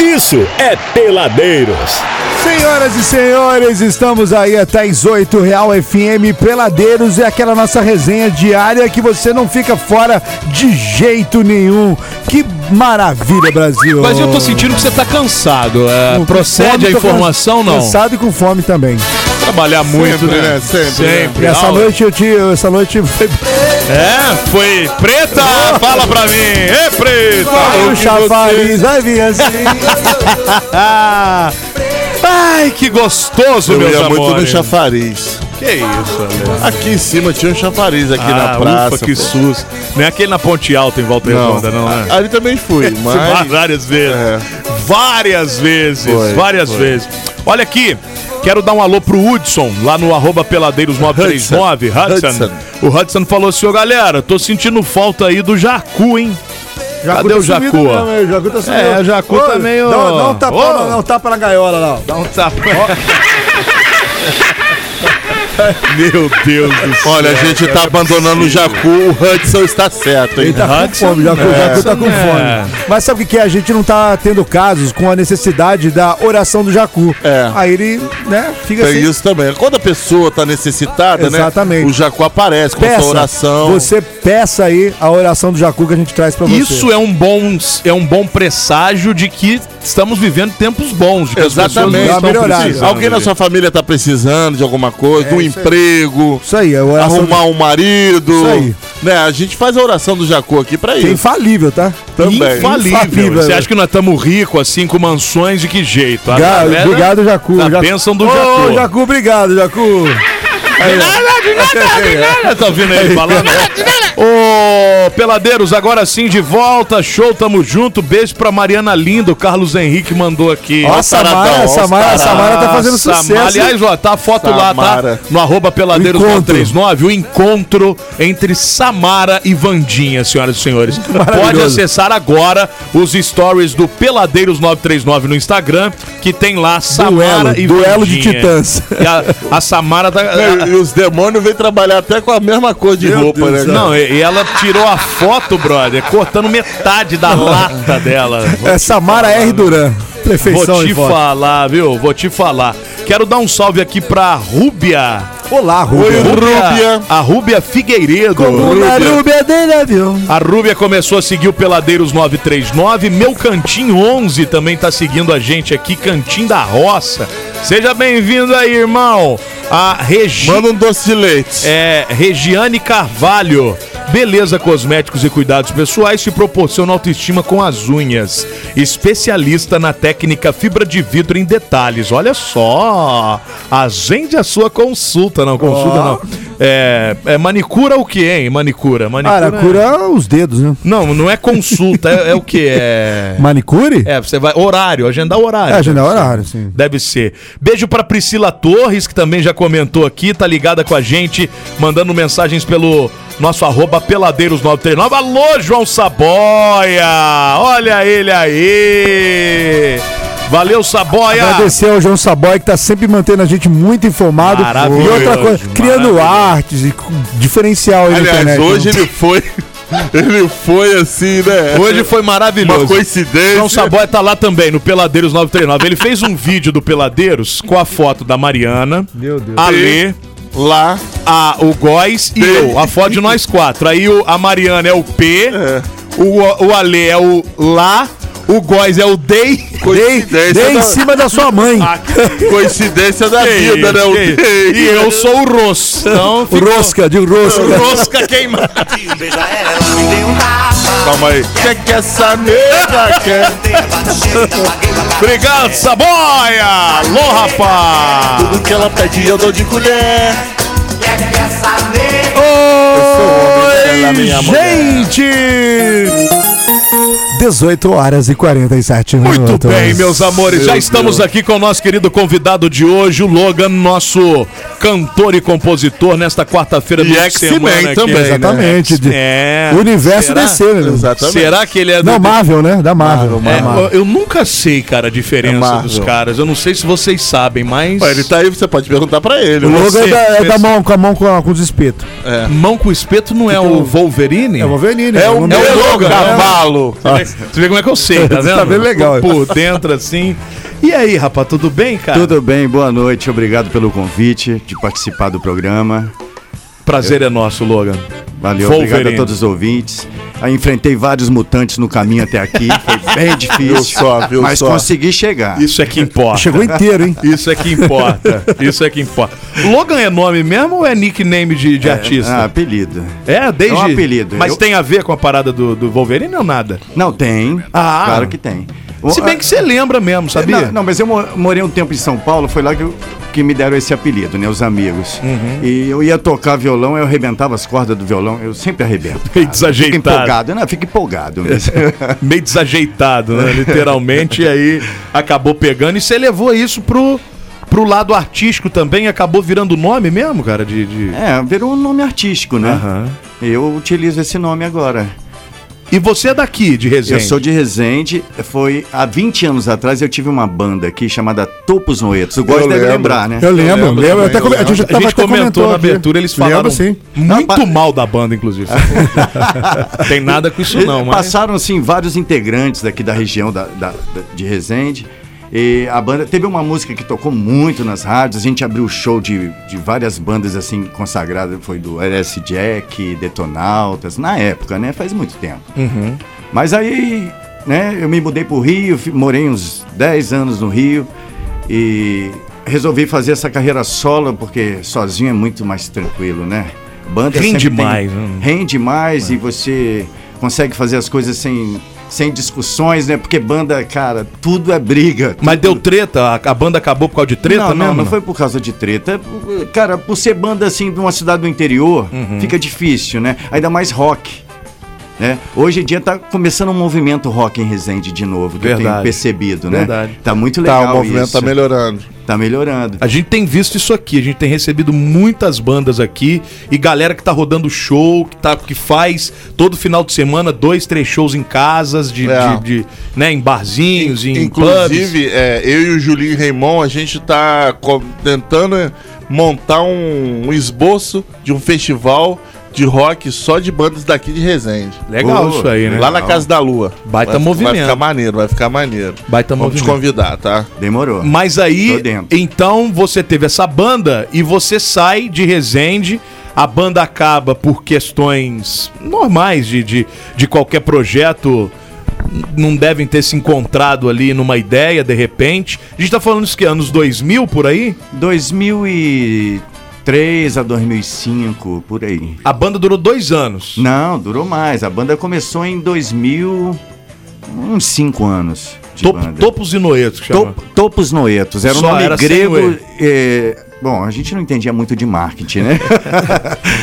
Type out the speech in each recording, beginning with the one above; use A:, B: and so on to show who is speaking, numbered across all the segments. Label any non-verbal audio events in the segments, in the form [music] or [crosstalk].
A: isso é Peladeiros.
B: Senhoras e senhores, estamos aí até às 8 Real FM Peladeiros é aquela nossa resenha diária que você não fica fora de jeito nenhum. Que maravilha, Brasil!
C: Mas eu tô sentindo que você tá cansado. É,
D: Hum.
B: Com
C: procede
B: fome,
C: a
B: tô
C: informação,
B: cansa-
C: não?
B: Cansado e com fome também.
C: Trabalhar muito,
D: Sempre,
C: né?
D: né? Sempre,
B: E
C: Sempre.
B: essa
C: Não,
B: noite eu te, essa
C: [laughs]
B: noite foi
C: É, foi preta, fala pra mim. Ê, preta!
B: o chafariz, vai vir assim.
C: Ai, que gostoso,
D: Eu
C: meus
D: ia muito no
C: amores.
D: chafariz.
C: Que isso, Ale.
D: Aqui em cima tinha um chafariz aqui
C: Ah,
D: na praça.
C: ufa, que
D: pô.
C: susto. Não é aquele na Ponte Alta em Volta Redonda, não, né?
D: Ali
C: [laughs]
D: também fui,
C: Vá-
D: mas.
C: Várias vezes.
D: É.
C: Várias vezes.
D: Foi,
C: várias
D: foi.
C: vezes. Olha aqui, quero dar um alô pro Hudson, lá no arroba peladeiros939. Hudson.
D: Hudson.
C: O Hudson falou assim, ô galera, tô sentindo falta aí do Jacu, hein? [laughs] Cadê o Jacu?
B: sumido
C: ó?
B: mesmo, o Jacu tá sumido.
C: É, o Jacu tá meio-
B: Dá, dá um tapa,
C: Ô.
B: não, dá um tapa na gaiola lá. ó.
C: Dá um tapa.
B: [laughs]
C: Meu Deus do céu.
D: Olha, a gente tá abandonando o Jacu, o Hudson está certo, hein?
B: Ele tá com
C: Hudson,
B: fome, o Jacu, o Jacu tá com
C: é.
B: fome. Mas sabe o que que é? A gente não tá tendo casos com a necessidade da oração do Jacu.
D: É.
B: Aí ele, né, fica
D: Tem
B: assim.
D: isso também. Quando a pessoa tá necessitada,
B: Exatamente.
D: né? O Jacu aparece com
B: Peça,
D: sua oração.
B: Você peça aí a oração do Jacu que a gente traz pra você.
C: Isso é um bom é um bom presságio de que estamos vivendo tempos bons, de que as pessoas não
D: Exatamente.
C: estão
B: Dá uma melhorada.
C: precisando
D: Alguém na
C: de-
D: sua família tá precisando de alguma coisa, de um
B: É isso aí.
D: emprego,
B: Isso aí, é a oração
D: arrumar um marido.
B: Isso aí.
D: Né? A gente faz a oração do Jacu aqui pra
B: do- é
D: isso.
B: infalível, tá?
D: Também.
C: Infalível.
B: Infalível.
C: Você acha que nós estamos ricos assim com mansões de que é jeito? A
B: Ga-
C: galera-
B: Obrigado, Jacu.
C: Da
B: Jacu-
C: bênção do
B: Ô,
C: Jacu.
B: Jacu, obrigado, Jacu.
C: Ah, tá ouvindo
B: [laughs]
C: ele falando? Ô, Peladeiros, agora sim de volta. Show, tamo junto. Beijo pra Mariana Linda. O Carlos Henrique mandou aqui.
B: Ó, a Samara, a Samara, a Samara tá fazendo
C: Samara.
B: sucesso.
C: Aliás, ó, tá a foto lá, tá?
D: Samara.
C: No arroba Peladeiros
B: O encontro.
C: 939, o encontro entre Samara e Vandinha, senhoras e senhores.
B: Maravilhoso.
C: Pode acessar agora os stories do Peladeiros 939 no Instagram, que tem lá Samara e
B: duelo de
C: Vandinha.
B: titãs.
C: E a, a Samara tá.
D: E os demônios vêm trabalhar até com a mesma cor de
B: Meu
D: roupa,
B: Deus
D: né?
B: do céu.
D: cara?
C: Não, e e ela tirou a foto, brother, cortando metade da lata
B: [laughs]
C: dela.
B: É Samara R. Duran. Perfeição
C: Vou te
B: em foto.
C: falar, viu? Vou te falar. Quero dar um salve aqui pra Rúbia.
B: Olá, Rubio.
D: Rúbia.
C: A Rúbia Figueiredo.
B: Coluna Rubia é dele, avião.
C: A Rúbia começou a seguir o Peladeiros 939. Meu Cantinho 11 também tá seguindo a gente aqui, Cantinho da Roça. Seja bem-vindo aí, irmão. A Regina.
D: Manda um doce de leite.
C: É, Regiane Carvalho. Beleza Cosméticos e Cuidados Pessoais te proporciona autoestima com as unhas. Especialista na técnica fibra de vidro em detalhes. Olha só! Agende a sua consulta, não consulta
B: Ó.
C: não. É, é manicura o que, hein? Manicura, manicura.
B: Cara, cura os dedos, né?
C: Não, não é consulta, é, é o que? É,
B: Manicure?
C: é, você vai horário, agendar
B: É,
C: horário.
B: a janela horário, sim.
C: Deve ser. Beijo pra Priscila Torres, que também já comentou aqui, tá ligada com a gente, mandando mensagens pelo nosso arroba peladeiros939. Alô, João Saboia! Olha ele aí! Valeu, Saboia!
B: Agradecer ao João Saboy, que tá sempre mantendo a gente muito informado.
C: Maravilhoso,
B: E outra coisa, criando
C: maravilhoso.
B: artes e com- diferencial aí
D: Aliás,
B: na internet.
D: hoje
B: né?
D: ele foi. [laughs] Ele foi assim, né?
C: Hoje foi
D: uma
C: maravilhoso.
D: coincidência.
C: João Saboia tá lá também, no Peladeiros 939. Ele fez um vídeo do Peladeiros com a foto da Mariana,
B: Meu Deus.
C: a Lê,
D: Lá.
C: a, o Góis e eu. A foto de nós quatro. Aí o, a Mariana é o P, o, o Ale é o Lá, o Góis é o Dei.
D: Coincidência.
B: Dê em
D: da-
B: cima da sua mãe.
D: Coincidência da
C: [laughs] Que
D: vida,
C: isso,
D: né? O
C: que isso.
D: Dei.
C: E eu sou o Ros. Então,
B: O Rosca, de Rosca.
C: Rosca queimada.
E: Beija ela, me deu um tapa.
D: Calma aí. O que, que essa nega quer?
E: Dei a batida, paguei uma cara.
C: Obrigado, Saboia! Alô, rapaz!
D: Tudo que ela pede eu dou de colher.
E: Quer que essa nega
D: Ela é minha mulher.
B: Gente! 18 horas e 47 minutos.
C: Muito bem, meus amores. Já
D: Meu
C: estamos aqui com o nosso querido convidado de hoje, o Logan, nosso cantor e compositor nesta quarta-feira
D: E é X-Men também, né?
B: Exatamente. de-
C: É.
B: O universo
C: Será?
B: desceu, né? meu?
D: Exatamente.
C: Será que ele é
B: Não, Marvel, né? Da Marvel.
C: É,
B: da Marvel.
C: eu nunca sei, cara, a diferença
D: É
C: dos
D: Marvel.
C: caras. Eu não sei se vocês sabem, mas.
D: Ué, ele tá aí, você pode perguntar pra ele.
B: O Logan é
C: você
B: da, é da
C: pensa-
B: mão, com a mão com, a- com os espetos.
C: Mão com espeto não é o Wolverine?
B: Então, É o Wolverine.
D: É
B: o
D: o
B: nome
D: meu
B: dele.
C: Logan,
D: cavalo. Tá,
B: Ah, rapaz.
C: Você vê como é que eu sei, tá
B: Você
C: vendo?
B: tá bem legal.
C: Por dentro, assim. E aí, rapaz, tudo bem, cara?
F: Tudo bem, boa noite, obrigado pelo convite de participar do programa.
C: Prazer é nosso, Logan.
F: Valeu,
C: Wolverine.
F: obrigado a todos os ouvintes. Aí enfrentei vários mutantes no caminho até
C: [laughs]
F: aqui, foi bem difícil.
D: Viu só, viu
F: mas
D: só.
F: consegui chegar.
C: Isso é que importa.
B: Chegou inteiro, hein?
C: Isso é que importa. Isso é que importa. Logan é nome mesmo ou é nickname de, de
F: Ah,
C: artista?
F: apelido.
C: é, desde.
F: é um apelido.
C: Mas
F: Eu-
C: tem a ver com a parada do, do Wolverine ou nada?
F: Não tem.
C: Ah.
F: claro que tem.
C: Se bem que você lembra mesmo, sabia?
F: ah, é, Não, não, mas eu mo- morei um tempo em São Paulo, foi lá que, eu- que me deram esse apelido, né? Os amigos.
C: Uhum.
F: E eu ia tocar violão, eu arrebentava as cordas do violão, eu sempre arrebento.
C: Meio
F: Fico
C: desajeitado.
F: empolgado, né? Fico empolgado mesmo.
C: [laughs] Meio desajeitado, né? Literalmente. E aí acabou pegando. E você levou isso pro, pro lado artístico também. Acabou virando nome mesmo, cara? De, de-
F: É, virou um nome artístico, né? Eu utilizo esse nome agora.
C: E você é daqui, de Resende?
F: Eu sou de Resende, foi há 20 anos atrás eu tive uma banda aqui chamada Topos Noetos. O Góis
D: Eu
F: deve
D: lembro. [laughs]
F: lembrar, né?
B: Eu
C: É,
B: lembro, lembro.
D: também,
B: até
D: eu
B: come-
D: lembro.
B: A gente,
C: A
B: tava
C: gente
B: até
C: comentou na
B: aqui.
C: abertura, eles falaram
B: Lembro, sim.
C: muito
F: Não, pa-
C: mal da banda, inclusive. [laughs] Tem nada com isso
F: Eles
C: não, mas...
F: Passaram, assim, vários integrantes daqui da região da, da- da- de Resende. E a banda teve uma música que tocou muito nas rádios. A gente abriu show de, de várias bandas assim consagradas. Foi do LS Jack, Detonautas, na época, né? Faz muito tempo.
C: Uhum.
F: Mas aí, né, eu me mudei pro Rio, fi- morei uns 10 anos no Rio e resolvi fazer essa carreira solo, porque sozinho é muito mais tranquilo, né? Banda
C: Rende
F: sempre tem-
C: mais, né?
F: Rende mais e você consegue fazer as coisas sem, sem discussões, né? Porque banda, cara, tudo é briga.
C: Mas deu treta? A, a banda acabou por causa de treta
F: não,
C: mesmo?
F: não, não foi por causa de treta. É por- Cara, por ser banda assim de uma cidade do interior,
C: Uhum.
F: fica difícil, né? Ainda mais rock. Né? Hoje em dia tá começando um movimento rock em Resende de novo, que eu
C: Verdade.
F: tenho percebido, né?
C: Verdade.
F: Tá muito legal
D: Tá, o movimento
F: isso.
D: tá melhorando.
F: Tá melhorando.
C: A gente tem visto isso aqui, a gente tem recebido muitas bandas aqui e galera que tá rodando show, que, tá, que faz todo final de semana dois, três shows em casas, de,
D: É.
C: de- de- né, em barzinhos, em pubs.
D: Inclusive, é, eu e o Julinho Raimon, a gente tá co- tentando é, montar um, um esboço de um festival de rock só de bandas daqui de Resende.
C: Legal
F: Boa.
C: isso aí, né?
D: Lá na Casa da Lua.
C: Baita
D: vai,
C: movimento.
D: Vai ficar maneiro, vai ficar maneiro.
C: Baita
D: Vamos te
C: movimento.
D: convidar, tá?
F: Demorou.
C: Mas
F: Tô
C: aí,
F: dentro.
C: então você teve essa banda e você sai de Resende, a banda acaba por questões normais de, de, de qualquer projeto, n- não devem ter se encontrado ali numa ideia de repente. A gente tá falando isso que anos 2000 por aí?
F: 2003 a 2005, por aí.
C: A banda durou dois anos.
F: Não, durou mais. A banda começou em 2000, uns 5 anos de
C: Top-
F: banda.
C: topos e Noetos que chama.
F: Top- Topos Noetos, era um
C: Só
F: nome
C: era sem
F: grego.
C: o E.
F: é, bom, a gente não entendia muito de
C: [laughs]
F: marketing, né?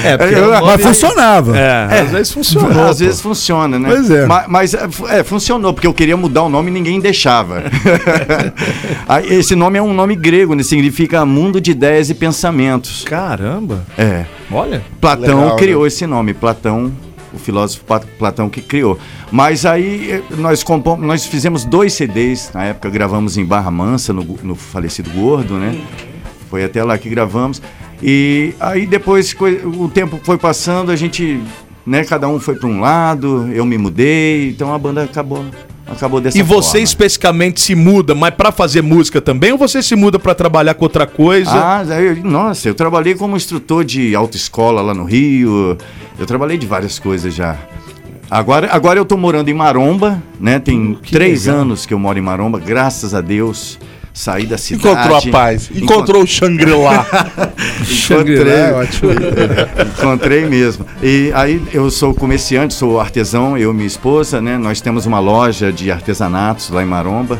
C: É, porque
F: Eu-
C: é um nome-
B: Mas funcionava.
C: É, às vezes funcionou.
F: Às vezes funciona, né?
B: Pois é.
F: Ma- Mas, é, fu- é, funcionou, porque eu queria mudar o nome e ninguém
C: [laughs]
F: deixava. Aí, Esse nome é um nome grego, né? Significa mundo de ideias e pensamentos.
C: Caramba,
F: É.
C: olha.
F: Platão
D: Legal, né?
F: criou esse nome, Platão, o filósofo Pa- Platão que criou. Mas aí eh, nós compomos, nós fizemos dois CDs, na época gravamos em Barra Mansa, no, gu- no falecido Gordo, né? Foi até lá que gravamos. E aí depois coi- o tempo foi passando, a gente, né, cada um foi para um lado, eu me mudei, então a banda acabou, acabou dessa
C: E você
F: forma.
C: especificamente se muda, mas pra fazer música também ou você se muda pra trabalhar com outra coisa?
F: Ah, aí eu- nossa, eu trabalhei como instrutor de autoescola lá no Rio. Eu trabalhei de várias coisas já. Agora, agora eu tô morando em Maromba, né?
D: Hum,
F: Tem três anos que eu moro em Maromba, graças a Deus. Saí da cidade.
D: Encontrou a paz. Encontrou
C: [laughs]
D: o Shangri-La.
B: né?
F: Encontrei, encontrei mesmo. E aí eu sou comerciante, sou artesão, eu e minha esposa, né? Nós temos uma loja de artesanatos lá em Maromba.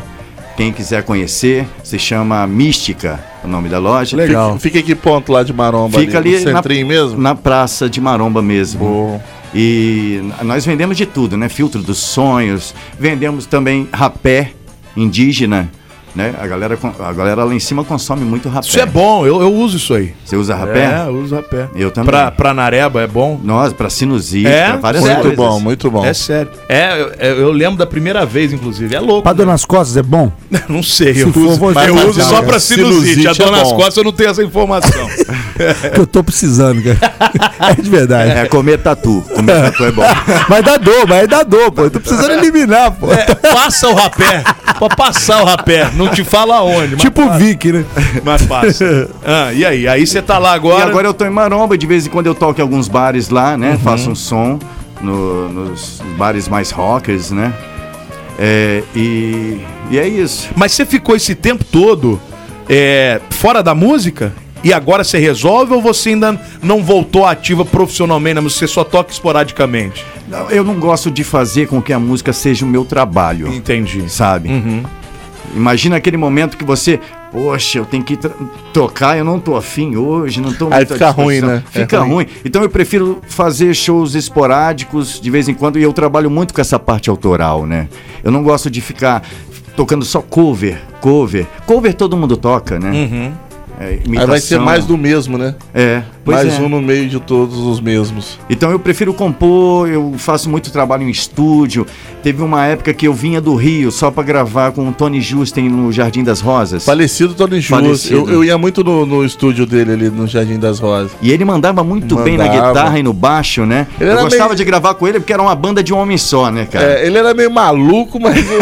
F: Quem quiser conhecer, se chama Mística, o nome da loja.
B: Legal.
D: Fica, fica que ponto lá de Maromba?
F: Fica ali
D: no centrinho
F: na,
D: mesmo?
F: na praça de Maromba mesmo.
D: Bom.
F: E n- nós vendemos de tudo, né? Filtro dos sonhos, vendemos também rapé indígena, Né? A, galera, con- a galera lá em cima consome muito rapé.
C: Isso é bom, eu, eu uso isso aí.
F: Você usa rapé?
C: É, eu uso rapé.
F: Eu também.
C: Pra, pra nareba é bom?
F: Nós, pra sinusite,
C: É?
F: pra várias
C: Muito
D: Muito
F: coisas.
D: bom, muito bom.
C: É sério. É, eu, eu- eu lembro da primeira vez, inclusive. É louco.
B: Pra dor nas costas é bom?
C: Não sei. eu
B: for,
C: uso,
B: vou
C: mas eu
B: tentar.
C: uso só pra sinusite.
D: Sinusite
C: A dor
D: é
C: nas
D: bom.
C: costas eu não tenho essa [laughs] informação.
B: Que eu tô
C: [laughs]
B: precisando, cara. É de verdade.
F: É comer tatu. Comer tatu é bom.
B: Mas dá dor, mas dá dor, pô. Eu tô precisando eliminar, pô.
C: É, passa o rapé. Pra passar o rapé. Não te fala aonde. mas-
B: Tipo o Vic, né?
C: Mas [laughs] passa. Ah, e aí? Aí você tá lá
F: E
C: agora.
F: agora eu tô em Maromba, de vez em quando eu toco em alguns bares lá, né? Faço um som no- nos bares mais rockers, né? É, e, e é isso.
C: Mas você ficou esse tempo todo é, fora da música? E agora você resolve ou você ainda não voltou ativa profissionalmente na música? Você só toca esporadicamente?
F: Não, Eu não gosto de fazer com que a música seja o meu trabalho.
C: Entendi.
F: sabe?
D: Uhum.
F: Imagina aquele momento que você, poxa, eu tenho que tra- tocar, eu não tô afim hoje, não tô
D: Aí
F: muito à
D: fica ruim,
F: disposição."
D: né? É
F: Fica ruim. Então eu prefiro fazer shows esporádicos de vez em quando e eu trabalho muito com essa parte autoral, né? Eu não gosto de ficar tocando só cover, cover. Cover todo mundo toca, né? É,
D: Uhum. Aí vai ser
F: imitação.
D: mais do mesmo, né?
F: É, pois
D: mais
F: é.
D: um no meio de todos os mesmos.
F: Então eu prefiro compor, eu faço muito trabalho em estúdio. Teve uma época que eu vinha do Rio só pra gravar com o Tony Justin no Jardim das Rosas.
D: Falecido Tony Jus.
F: Falecido.
D: Eu, eu ia muito no, no estúdio dele ali no Jardim das Rosas.
F: E ele mandava muito bem na
D: Mandava.
F: guitarra e no baixo, né?
D: Ele
F: eu
D: era
F: gostava
D: meio-
F: de gravar com ele porque era uma banda de um homem só, né, cara?
D: É, ele era meio maluco, mas, eu-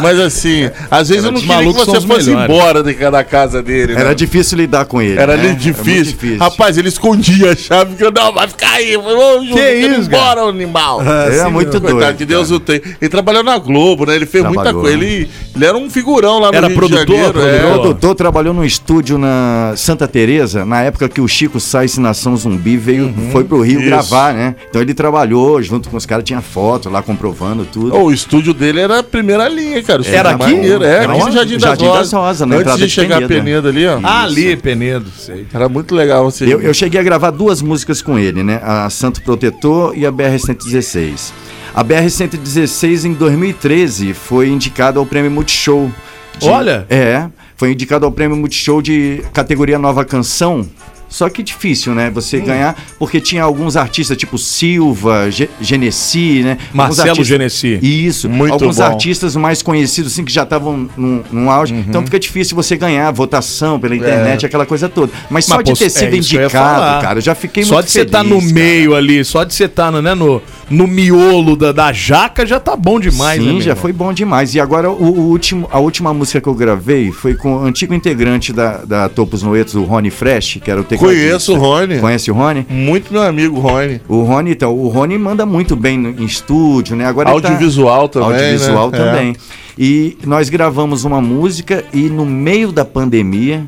D: mas assim, às vezes
C: Era
D: eu não
C: dos
D: queria que
C: malucos são
D: você
C: os
D: fosse
C: melhores.
D: embora de, ca- da casa dele. né?
F: Era difícil lidar com ele.
D: Era
F: né?
D: ali
F: muito
D: difícil.
F: difícil.
D: Rapaz, ele escondia a chave, porque eu não, vai ficar aí. Vamos, Júlio, eu quero
C: isso,
D: ir embora, animal.
F: Ele era É muito
D: assim, Coitado,
F: Ah, doido.
D: que Deus o tem. Ele trabalhou na Globo, né? Ele fez muita
F: Trabalhou,
D: coisa.
F: né?
D: Ele, ele era um figurão lá no
C: Era
D: Rio
C: produtor,
D: de Janeiro. é.
C: produtor.
F: O doutor trabalhou num estúdio na Santa Teresa, na época que o Chico Sainz Nação Zumbi veio, foi pro Rio
D: Uhum. Isso.
F: gravar, né? Então ele trabalhou junto com os caras, tinha foto lá comprovando tudo.
D: Ô, o estúdio dele era a primeira linha, cara. O
C: Era
D: estúdio
C: aqui?
D: maneiro, É,
F: Era
D: aqui no
F: onde?
D: Jardim,
F: Jardim
D: das
F: das
D: Rosas.
F: Rosas, na
D: Antes
F: entrada
D: de
F: de
D: chegar a
F: Penedo.
D: Penedo ali, ó.
C: Ah, ali, Penedo, sei.
D: Era muito legal assim. você.
F: Eu, eu cheguei a gravar duas músicas com ele, né? A Santo Protetor e a BR-116. A BR-116, em 2013, foi indicada ao Prêmio Multishow. de-
C: Olha!
F: É, foi indicada ao Prêmio Multishow de categoria Nova Canção. Só que difícil, né? Você ganhar, porque tinha alguns artistas tipo Silva, Ge Genesi, né? Alguns
C: Marcelo
F: artistas-
C: Genesi.
F: Isso.
D: Muito
F: alguns
D: bom.
F: artistas mais conhecidos, assim, que já estavam num, num auge. Então fica difícil você ganhar votação pela internet, aquela coisa toda. Mas só
C: Mas,
F: de
C: pô,
F: ter sido
C: é isso que eu ia falar.
F: indicado, cara, eu já fiquei
C: Só
F: muito
C: de você estar no
F: feliz, cara.
C: meio ali, só de você estar né, no, no miolo da, da jaca, já tá bom demais, né,
F: Sim,
C: meu
F: já
C: irmão?
F: foi bom demais. E agora o, o último, a última música que eu gravei foi com o antigo integrante da, da Topos Noetos, o Rony Fresh, que era o tecladista.
D: Conheço o Rony.
F: Conhece o Rony?
D: Muito meu amigo, Rony.
F: O Rony, então, o Rony manda muito bem no- em estúdio, né? Agora ele tá-
D: Audiovisual também.
F: Audiovisual
D: né?
F: também.
C: É.
F: E nós gravamos uma música e no meio da pandemia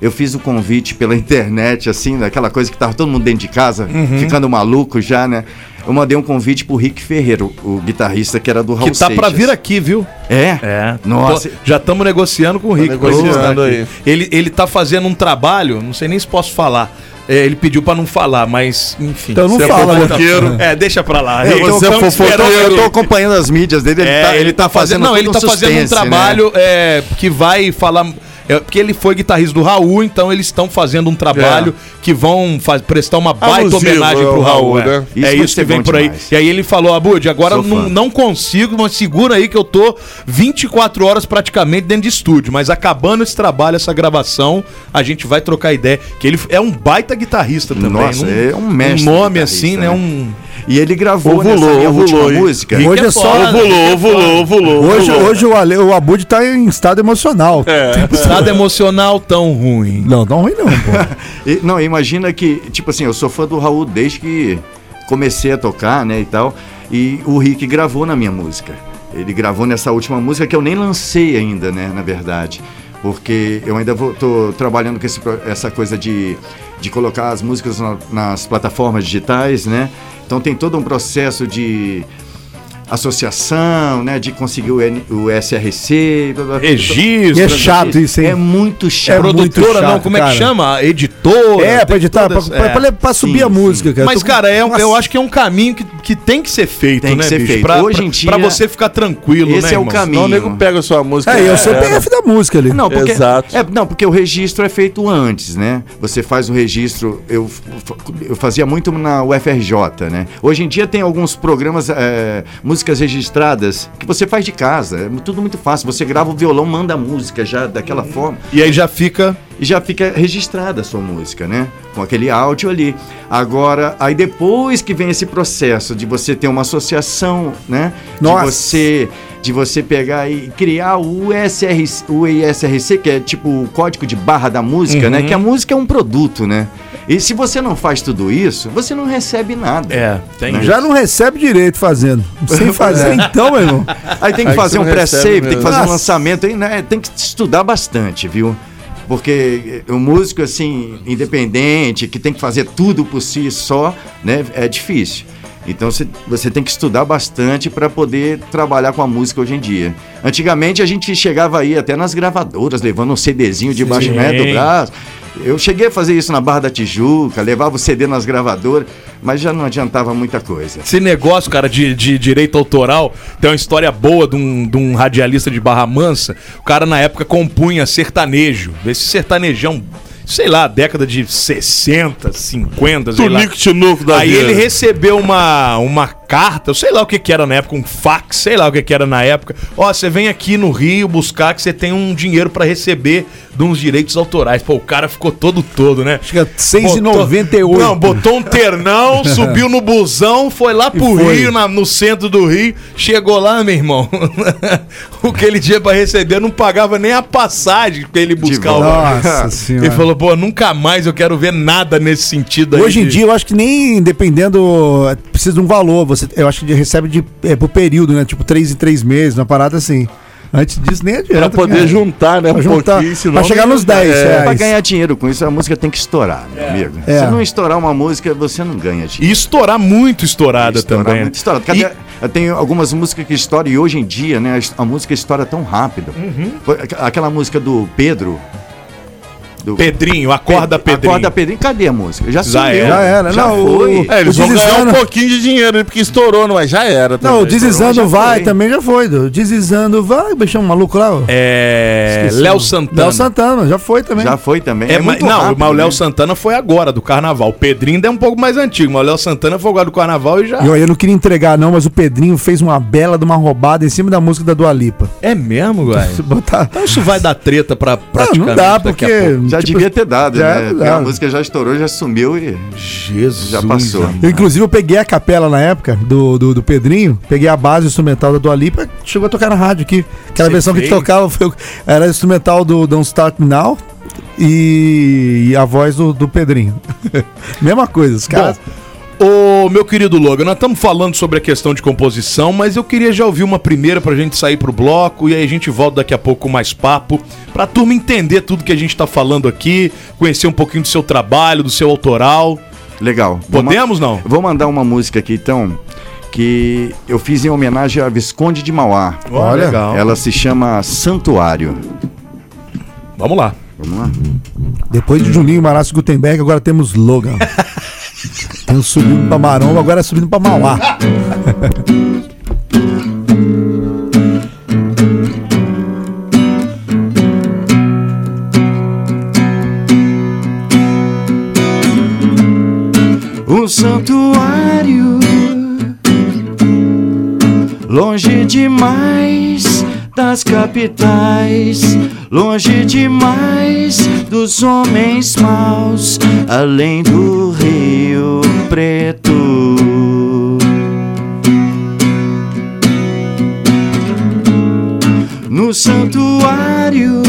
F: eu fiz o convite pela [laughs] internet, assim, daquela coisa que tava todo mundo dentro de casa,
C: Uhum.
F: ficando maluco já, né? Eu mandei um convite pro Rick Ferreiro, o guitarrista que era do Raul
C: Que tá pra
F: Seixas.
C: vir aqui, viu?
F: É? Nossa.
C: Tô- já estamos negociando com o Rick. pra ele
D: negociando
C: estar aqui.
D: aí.
C: Ele, ele tá fazendo um trabalho, não sei nem se posso falar. É, ele pediu pra não falar, mas enfim.
B: Então não
C: Você é
B: fala, né?
C: fofoqueiro. É, deixa pra lá. Rick.
F: Eu tô,
B: é
C: Tamo esperando
F: eu tô
C: ele.
F: acompanhando as mídias dele, ele,
C: É,
F: tá, ele tá fazendo
C: Não,
F: todo
C: ele tá fazendo um
F: suspense, né?
C: trabalho é, que vai falar. é, porque ele foi guitarrista do Raul, então eles estão fazendo um trabalho
F: É.
C: que vão faz- prestar
F: Ah,
C: uma baita
D: Alusivo
C: homenagem pro
D: ao
C: Raul.
D: Raul,
C: é.
D: né?
C: É
F: Isso
C: isso,
F: vai
C: que
F: ser
C: vem
F: bom
C: por aí.
F: demais.
C: E aí ele falou, Abud, agora
F: Sou
C: não,
F: fã.
C: não consigo, mas segura aí que eu tô 24 horas praticamente dentro de estúdio. Mas acabando esse trabalho, essa gravação, a gente vai trocar ideia. Que ele é um baita guitarrista também.
F: Nossa, é um mestre
C: nome
F: guitarrista,
C: assim, né?
F: né?
C: Um.
F: E ele gravou
D: Ovulou,
F: nessa minha última
D: ovulou, hein?
F: música.
B: Rick Hoje é só-
C: foda, Rick é foda.
D: ovulou.
B: Hoje, hoje o, Ale, o Abud tá em estado emocional.
C: [laughs] Estado emocional tão ruim.
B: Não, não ruim não, pô.
F: E- não, imagina que, tipo assim, eu sou fã do Raul desde que comecei a tocar, né, e tal. E o Rick gravou na minha música. Ele gravou nessa última música que eu nem lancei ainda, né, na verdade. Porque eu ainda vou, tô trabalhando com esse pro- essa coisa de, de colocar as músicas na- nas plataformas digitais, né? Então tem todo um processo de associação, né? De conseguir o, N- o SRC. blá, blá, blá.
C: Registro.
B: E é chato isso, hein?
F: É muito chato.
B: É muito
C: produtora,
B: chato,
C: não, como é
B: cara.
C: que chama? A Editora.
B: É, pra
C: tem
B: editar,
C: todas-
B: pra,
C: é.
B: pra- pra- pra subir
F: Sim,
B: a
F: sim.
B: música, cara.
C: Mas,
B: Tô-
C: cara, é, um- eu
B: Nossa.
C: acho que é um caminho que, que tem que ser feito,
F: Tem que
C: né,
F: ser
C: bicho?
F: feito.
C: Pra,
F: Hoje
C: pra-
F: em dia,
C: pra você ficar tranquilo,
F: esse
C: né,
F: é o
C: irmão?
F: caminho.
D: Não, o nego pega a sua música.
B: É, eu sou
D: é,
B: PF da música ali.
F: Não, porque,
D: Exato.
F: É, não, porque o registro é feito antes, né? Você faz o registro. Eu, fa- eu fazia muito na UFRJ, né? Hoje em dia tem alguns programas, é, músicas registradas, que você faz de casa. É tudo muito fácil. Você grava o violão, manda a música já daquela forma
C: E aí já fica.
F: e já fica registrada a sua música, né? Com aquele áudio ali. Agora, aí depois que vem esse processo de você ter uma associação, né?
B: Nossa.
F: De você de você pegar e criar o USRC, o ISRC, que é tipo o código de barra da música, né? Que a música é um produto, né? E se você não faz tudo isso, você não recebe nada.
C: tem.
B: É, Já não recebe direito fazendo.
C: [laughs]
B: Sem fazer,
C: É.
B: então, meu irmão.
F: Aí tem que
D: Aí
F: fazer
D: você
F: um
D: não recebe
F: pré-save, tem que
D: mesmo.
F: fazer um
B: Nossa.
F: lançamento, hein, né? tem que estudar bastante, viu? Porque o músico, assim, independente, que tem que fazer tudo por si só, né? É difícil. Então você- você tem que estudar bastante para poder trabalhar com a música hoje em dia. Antigamente a gente chegava aí até nas gravadoras, levando um CDzinho debaixo né, do
C: Sim.
F: braço. Eu cheguei a fazer isso na Barra da Tijuca, levava o CD nas gravadoras, mas já não adiantava muita coisa.
C: Esse negócio, cara, de, de direito autoral, tem uma história boa de um, de um radialista de Barra Mansa. O cara, na época, compunha sertanejo. Esse sertanejão, sei lá, década de 60, 50, sei lá.
D: Tunico Tinoco da
C: Aí
D: vida.
C: ele recebeu uma, uma carta, eu sei lá o que que era na época, um fax, sei lá o que que era na época. Ó, você vem aqui no Rio buscar que você tem um dinheiro pra receber de uns direitos autorais. Pô, o cara ficou todo todo, né?
B: Acho que é
C: Botou-
B: 6,98.
C: Não, botou um
B: [laughs]
C: ternão, subiu no busão, foi lá pro
B: foi.
C: Rio, na- no centro do Rio. Chegou lá, meu irmão. [laughs] o que ele tinha pra receber não pagava nem a passagem pra ele buscar o
B: Nossa
C: Ele
B: senhora.
C: falou, pô, nunca mais eu quero ver nada nesse sentido aí.
B: Hoje em
C: de-
B: dia, eu acho que nem dependendo, é, precisa de um valor. Você, eu acho que recebe de, é, por período, né? Tipo, três em três meses, uma parada assim. Antes disso, nem adianta.
D: Pra poder
B: cara.
D: juntar, né?
B: Pra juntar-
D: senão
B: pra chegar
D: não-
B: nos 10
D: É,
F: Pra
B: reais.
F: ganhar dinheiro com isso, a música tem que estourar, meu amigo.
B: É.
F: Se não estourar uma música, você não ganha
C: E
F: dinheiro.
C: estourar muito estourada
F: Estourar
C: também. né?
F: muito, estourar. Cadê- Eu tenho algumas músicas que estouram e hoje em dia, né, a música estoura tão rápido.
B: Uhum.
F: Foi aqu- Aquela música do Pedro. do-
C: Pedrinho, acorda
F: Pe-
C: Pedrinho.
F: Acorda Pedrinho, cadê a música? Já
C: Já
F: sumiu,
C: era.
B: Já era.
F: Já
B: Não, o-
F: foi.
D: É, eles
B: O
D: vão ganhar um
B: Deslizando-
D: pouquinho de dinheiro, né? porque estourou, não, mas já era.
B: Não, o
D: também.
B: Deslizando
F: já
B: vai,
F: foi.
B: também já foi. do- Deslizando vai, bichão maluco lá. ó.
C: É.
B: Esqueci o
C: Léo
B: nome.
C: Santana.
B: Léo Santana, já foi também.
F: Já foi também.
C: É, ma-
F: muito
C: não,
F: rápido,
C: mas o Léo
F: né?
C: Santana foi agora, do carnaval. O Pedrinho ainda é um pouco mais antigo, mas o Léo Santana foi agora do carnaval e já.
B: E olha, eu não queria entregar, não, mas o Pedrinho fez uma bela de uma roubada em cima da música da Dua Lipa.
C: É mesmo, Guai?
B: Se botar.
C: Então isso vai dar treta pra
B: Não,
C: praticamente
B: não dá,
C: daqui
B: porque.
C: a pouco.
F: Já
B: tipo,
F: devia ter dado,
B: já
F: né?
B: era
F: Porque
B: dado.
F: A música já estourou, já sumiu e
C: Jesus.
F: já passou.
B: Eu, inclusive, eu peguei a capela na época do, do, do Pedrinho, peguei a base instrumental da Dua Lipa, chegou a tocar na rádio aqui. Aquela
C: Você
B: versão que
C: fez?
B: tocava foi, o- era a instrumental do Don't Start Me Now e, e a voz do, do Pedrinho. [laughs] Mesma coisa, os caras.
C: Bom, ô meu querido Logan, nós estamos falando sobre a questão de composição, mas eu queria já ouvir uma primeira pra gente sair pro bloco e aí a gente volta daqui a pouco com mais papo, pra turma entender tudo que a gente tá falando aqui, conhecer um pouquinho do seu trabalho, do seu autoral.
F: Legal.
C: Podemos, não?
F: Vou mandar uma música aqui então, que eu fiz em homenagem a Visconde de Mauá.
B: Olha,
F: Ela se chama Santuário.
C: Vamos lá.
F: Vamos lá?
B: Depois de Juninho Maraço Gutenberg, agora temos Logan. Temos subindo pra Maromba, agora subindo pra Mauá.
F: um santuário longe demais das capitais, longe demais dos homens maus, além do Rio Preto. No santuário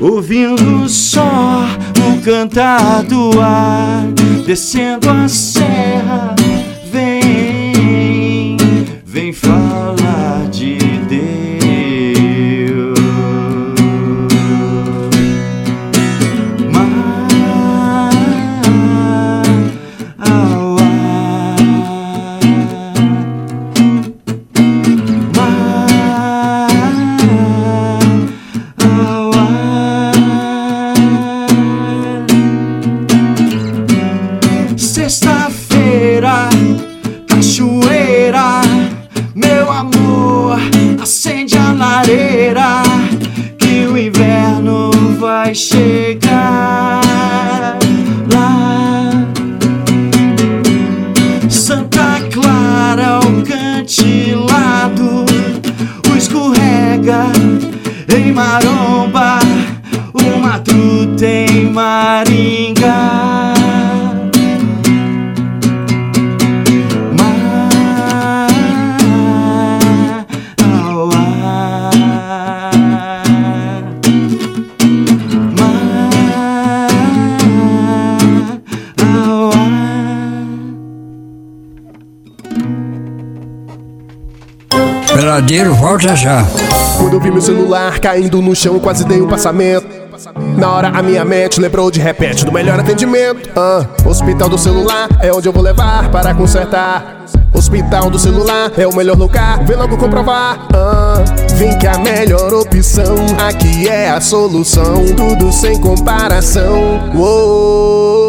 F: ouvindo só o cantar do ar, descendo a serra, vem, vem falar de Deus. Mauá.
G: Tem maromba, o matru tem maringá. Mauá.
H: Peladeiro, volta já.
I: Quando eu vi meu celular caindo no chão, quase dei um passamento. Na hora a minha mente lembrou de repente do melhor atendimento. Ah, hospital do celular é onde eu vou levar para consertar. Hospital do celular é o melhor lugar, vem logo comprovar. Ah, vem que a melhor opção aqui é a solução, tudo sem comparação. Uou.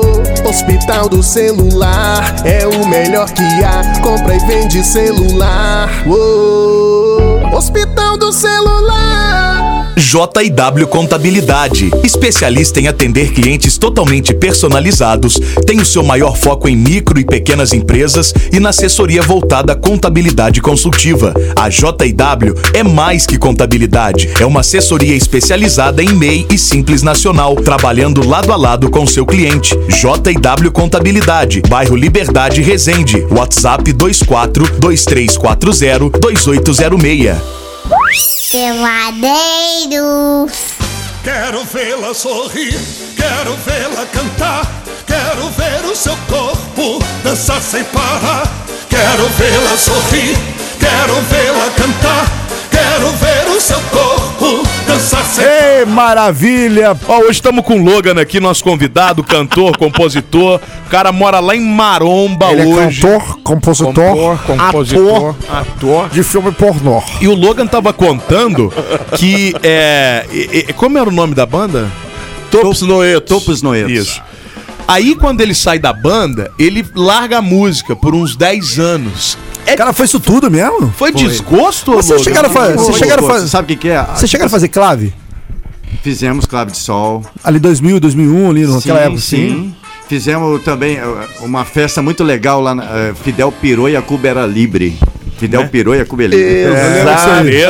I: Hospital do celular é o melhor que há, compra e vende celular. Uou. Hospital do celular.
J: JW Contabilidade, especialista em atender clientes totalmente personalizados, tem o seu maior foco em micro e pequenas empresas e na assessoria voltada à contabilidade consultiva. A JW é mais que contabilidade, é uma assessoria especializada em MEI e Simples Nacional, trabalhando lado a lado com seu cliente. JW Contabilidade, bairro Liberdade Resende, WhatsApp 24 2340 2806.
K: Peladeiros.
L: Quero vê-la sorrir, quero vê-la cantar, quero ver o seu corpo dançar sem parar. Quero vê-la sorrir, quero vê-la cantar, quero ver o seu corpo dançar sem parar.
B: Ei, maravilha!
C: Ó, hoje estamos com o Logan aqui, nosso convidado, cantor, compositor. O cara mora lá em Maromba
B: Ele é
C: hoje.
B: cantor, compositor,
C: compositor,
B: ator de filme pornô.
C: E o Logan tava contando que é, e- e- como era o nome da banda?
D: Topos Noetos.
F: Topos Noetos.
C: Isso. Aí quando ele sai da banda, ele larga a música por uns 10 anos. É,
B: Cara, foi isso tudo mesmo?
C: foi, desgosto,
B: Vocês
C: Logan?
B: chegaram a fa-
C: Foi.
B: vocês chegaram a fa-
F: Sabe o que, que é?
B: Vocês chegaram a fazer clave?
F: Fizemos Clave de Sol.
B: Ali 2000, 2001, ali naquela época. assim?
F: Fizemos também uh, uma festa muito legal lá. na- uh, Fidel Pirou e a Cuba era livre. Fidel
D: Né?
F: Pirou e a Cuba é livre.
C: Maneiro,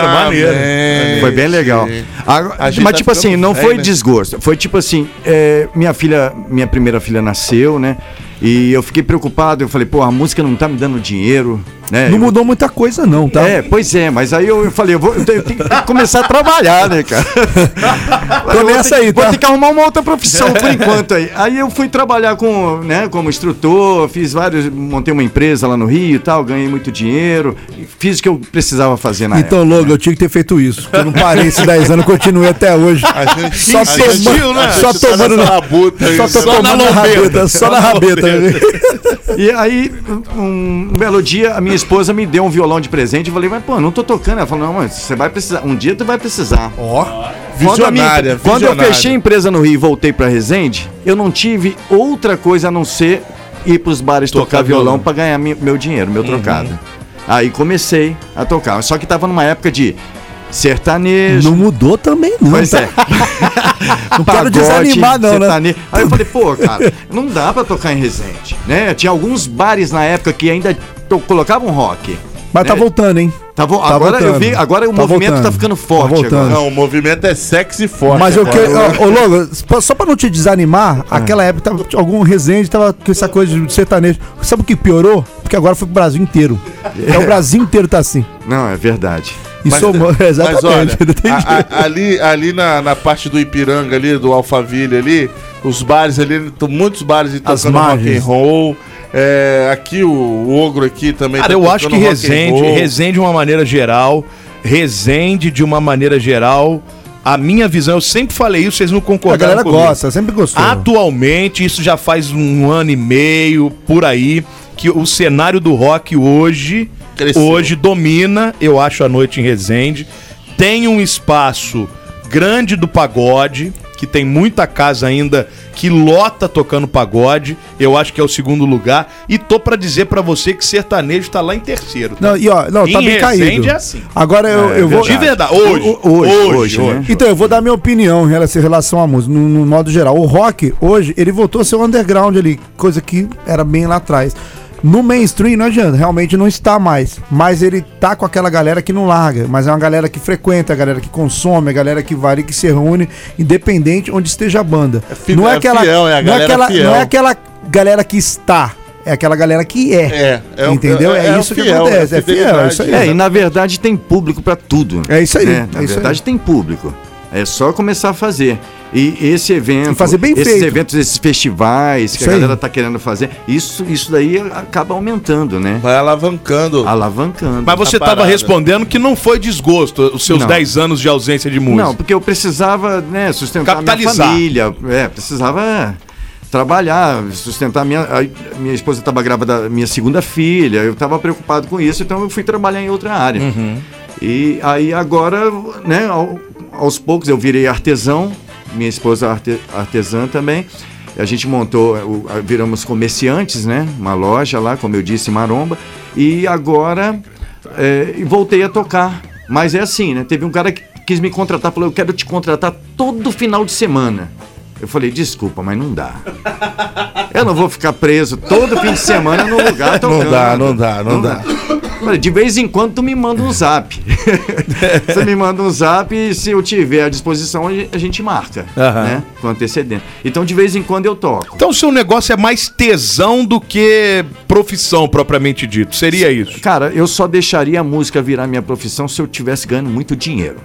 C: maneiro.
D: Exatamente.
F: Foi bem legal. Agora-
D: A gente
F: mas,
D: tá
F: tipo assim,
D: ficando
F: não
D: velho,
F: foi
D: né?
F: desgosto. Foi tipo assim: é, minha filha, minha primeira filha nasceu, né? E eu fiquei preocupado. Eu falei, pô, a música não tá me dando dinheiro, né?
B: Não
F: Eu-
B: mudou muita coisa, não, tá?
F: É, pois é, mas aí eu, eu falei, eu, vou, eu tenho, eu tenho que começar a trabalhar,
B: [laughs]
F: né, cara? Eu vou
B: nessa
F: ter-
B: aí, tá?
F: Vou ter que arrumar uma outra profissão por enquanto aí. Aí eu fui trabalhar com, né, como instrutor, fiz vários, montei uma empresa lá no Rio e tal, ganhei muito dinheiro, e fiz o que eu precisava fazer na
B: Então, logo, eu tinha que ter feito isso. Eu não parei esses 10 anos, continuei até hoje.
D: A gente,
B: Só
D: a gente-
B: tomando-
D: a gente
B: só
D: tá
B: tomando
D: nessa
B: na-
D: rabuta aí,
B: Só tô
D: né?
B: tomando na rabeta, só na rabeta.
F: E aí, um belo dia, a minha esposa me deu um violão de presente. Eu falei, mas pô, não tô tocando. Ela falou, não, mas você vai precisar. Um dia tu vai precisar. Ó. Quando, a minha-
D: Visionária,
F: quando eu
D: visionária.
F: fechei a empresa no Rio e voltei pra Resende, eu não tive outra coisa a não ser ir pros bares tocar,
D: Tocar
F: violão,
D: violão.
F: pra ganhar mi- meu dinheiro,
B: Uhum.
F: meu trocado. Aí comecei a tocar. Só que tava numa época de sertanejo.
B: Não mudou também, não.
F: Pois
B: tá?
F: é.
B: [laughs] Não quero desanimar, não, né?
F: sertane- Aí eu falei, pô, cara, não dá pra tocar em Resende, né? Tinha alguns bares na época que ainda to- colocavam rock.
B: Mas tá
F: É.
B: voltando, hein?
F: Tá vo- agora
B: voltando.
F: eu vi, agora o
B: Tá
F: movimento
B: voltando.
F: tá ficando
B: Tá
F: forte
B: voltando.
F: agora.
D: Não, o movimento é sexy forte.
B: Mas eu que,
D: agora.
B: ô, ô, Logo, só- só pra não te desanimar, aquela época tava- algum resende tava com essa coisa de sertanejo. Sabe o que piorou? Porque agora foi pro Brasil inteiro. É o Brasil inteiro tá assim.
F: Não, é verdade.
B: E
D: Mas-
B: sou-
D: Mas olha,
B: [laughs] exatamente. não tem jeito.
D: a- a- ali, ali na, na parte do Ipiranga, ali, do Alphaville ali, os bares ali, t- muitos bares ali
B: As
D: tocando rock
B: margens.
D: and roll. É, aqui o, o Ogro aqui também
C: Cara,
D: tá
C: eu
D: tocando
C: acho que
D: rock and
C: Resende,
D: roll.
C: Resende de uma maneira geral, Resende de uma maneira geral, a minha visão, eu sempre falei isso, vocês não
B: a
C: concordaram
B: galera
C: comigo.
B: gosta, sempre gostou.
C: Ah, Atualmente, isso já faz um ano e meio por aí que o cenário do rock hoje
D: Cresceu.
C: hoje domina, eu acho a noite em Resende. Tem um espaço grande do pagode, que tem muita casa ainda que lota tocando pagode. Eu acho que é o segundo lugar e tô pra dizer pra você que sertanejo tá lá em terceiro. tá?
B: Não, e ó, não, tá
C: Em
B: bem
C: Resende
B: caído.
C: é assim.
B: Agora eu, eu vou.
C: De verdade, hoje,
B: O- o-
C: hoje,
F: hoje, né?
B: Então, eu vou dar minha opinião em relação- em relação à música, no, no modo geral. O rock, hoje, ele voltou a ser um underground ali, coisa que era bem lá atrás. No mainstream, não adianta, realmente não está mais. Mas ele tá com aquela galera que não larga. Mas é uma galera que frequenta, a galera que consome, a galera que varia, que se reúne, independente onde esteja a banda.
D: fi-
B: não é,
D: é
B: aquela,
D: fiel, é a
B: não
D: galera
B: aquela,
D: fiel.
B: Não é aquela galera que está, é aquela galera que é.
D: É, é o-
B: entendeu? É,
D: é- é o
B: isso que
D: fiel,
B: acontece.
D: é
B: É,
D: a
B: fiel, é isso aí.
F: É, e na verdade tem público pra tudo.
B: É isso aí,
F: né?
B: é
F: Na
B: isso
F: verdade
B: aí.
F: tem público. É só começar a fazer. E esse evento,
B: E fazer bem
F: esses
B: feito.
F: eventos, esses festivais que
B: Isso
F: a
B: aí.
F: galera tá querendo fazer, isso, isso daí acaba aumentando, né?
D: Vai alavancando.
F: Alavancando.
C: Mas você
F: A
C: estava
F: parada.
C: respondendo que não foi desgosto os seus
F: Não.
C: 10 anos de ausência de música.
F: Não, porque eu precisava, né, sustentar
C: Capitalizar.
F: minha família. É, precisava é, trabalhar, sustentar minha. a- minha esposa estava grávida da minha segunda filha, eu estava preocupado com isso, então eu fui trabalhar em outra área.
B: Uhum.
F: E aí agora, né, ao- aos poucos eu virei artesão, minha esposa é arte- artesã também. A gente montou, o- a- viramos comerciantes, né? Uma loja lá, como eu disse, em Maromba. E agora é, e voltei a tocar. Mas é assim, né? Teve um cara que quis me contratar, falou, eu quero te contratar todo final de semana. Eu falei, desculpa, mas não dá. Eu não vou ficar preso todo fim de semana no lugar tocando.
D: [laughs] Não dá, não dá, não dá.
F: Olha, De vez em quando tu me manda um zap. Você me manda um zap e se eu tiver à disposição a gen- a gente marca,
C: Aham.
F: né? Com antecedência. Então de vez em quando eu toco.
C: Então o seu negócio é mais tesão do que profissão propriamente dito. Seria isso.
F: Cara, eu só deixaria a música virar minha profissão se eu tivesse ganhando muito dinheiro.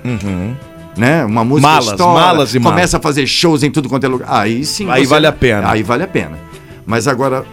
F: Né? Uma música
C: Uhum. Malas, malas e malas.
F: começa a fazer shows em tudo quanto é lugar. Aí sim.
C: Aí vale a pena.
F: Aí vale a pena. Mas agora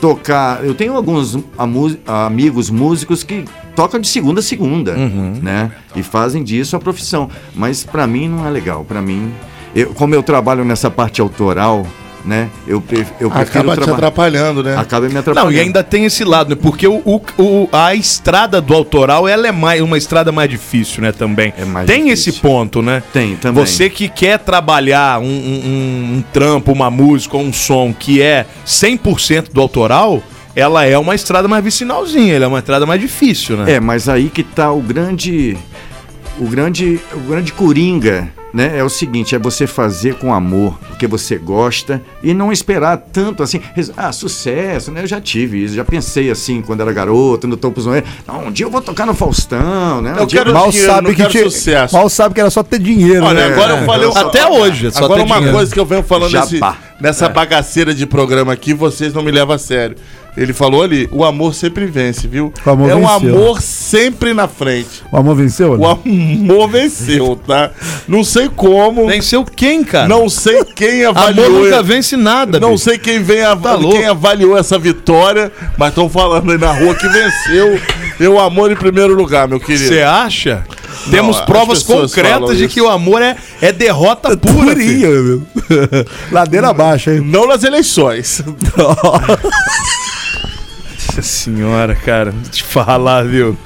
F: tocar, eu tenho alguns amu- amigos músicos que tocam de segunda a segunda,
C: Uhum.
F: né? E fazem disso a profissão. Mas pra mim não é legal. Pra mim, eu- como eu trabalho nessa parte autoral, né? Eu, pref- eu prefiro
D: Acaba te
F: trabalhar.
D: atrapalhando, né?
F: Acaba me atrapalhando.
C: Não, e é ainda tem esse lado, né? Porque o, o- o- a estrada do autoral, ela é mais, uma estrada mais difícil, né, também.
F: É mais
C: tem
F: difícil.
C: esse ponto, né?
F: Tem, também.
C: Você que quer trabalhar um, um- um- um trampo, uma música, um som que é 100% do autoral, ela é uma estrada mais vicinalzinha, ela é uma estrada mais difícil, né?
F: É, mas aí que tá o grande. O grande, o grande coringa, né? É o seguinte: é você fazer com amor, porque você gosta, e não esperar tanto assim. res- Ah, sucesso, né? Eu já tive isso, já pensei assim quando era garoto, no topo zoeiro. Não, um dia eu vou tocar no Faustão,
C: É
F: né? Um
D: Eu
F: dia
D: quero
B: Mal
D: dinheiro,
B: sabe,
D: não
B: que
D: quero
B: te-
D: sucesso.
B: mal sabe que era só ter dinheiro.
D: Olha,
B: né?
D: agora eu falei.
C: É. Até hoje, é só
D: agora
C: ter
D: uma
C: dinheiro. É.
D: coisa que eu venho falando
F: Jabá.
D: nesse- nessa bagaceira de programa aqui, vocês não me levam a sério. Ele falou ali, o amor sempre vence, viu?
B: O amor
D: é um
B: venceu.
D: amor sempre na frente.
B: O amor venceu? né?
D: O
B: Olha.
D: amor venceu, tá? Não sei como,
C: Venceu quem, cara?
D: não sei quem avaliou.
C: Amor nunca vence nada,
D: Não
C: bicho.
D: sei quem, vem av-
C: Tá louco.
D: quem avaliou essa vitória, mas estão falando aí na rua que venceu. Meu amor em primeiro lugar, meu querido.
C: Você acha? Temos
D: as
C: provas
D: pessoas falam
C: concretas de
D: isso.
C: que o amor é, é derrota pura. filho.
B: meu. [laughs] Ladeira abaixo, hein?
D: Não
C: [laughs]
D: nas eleições.
C: Nossa senhora, cara, vou te falar, viu?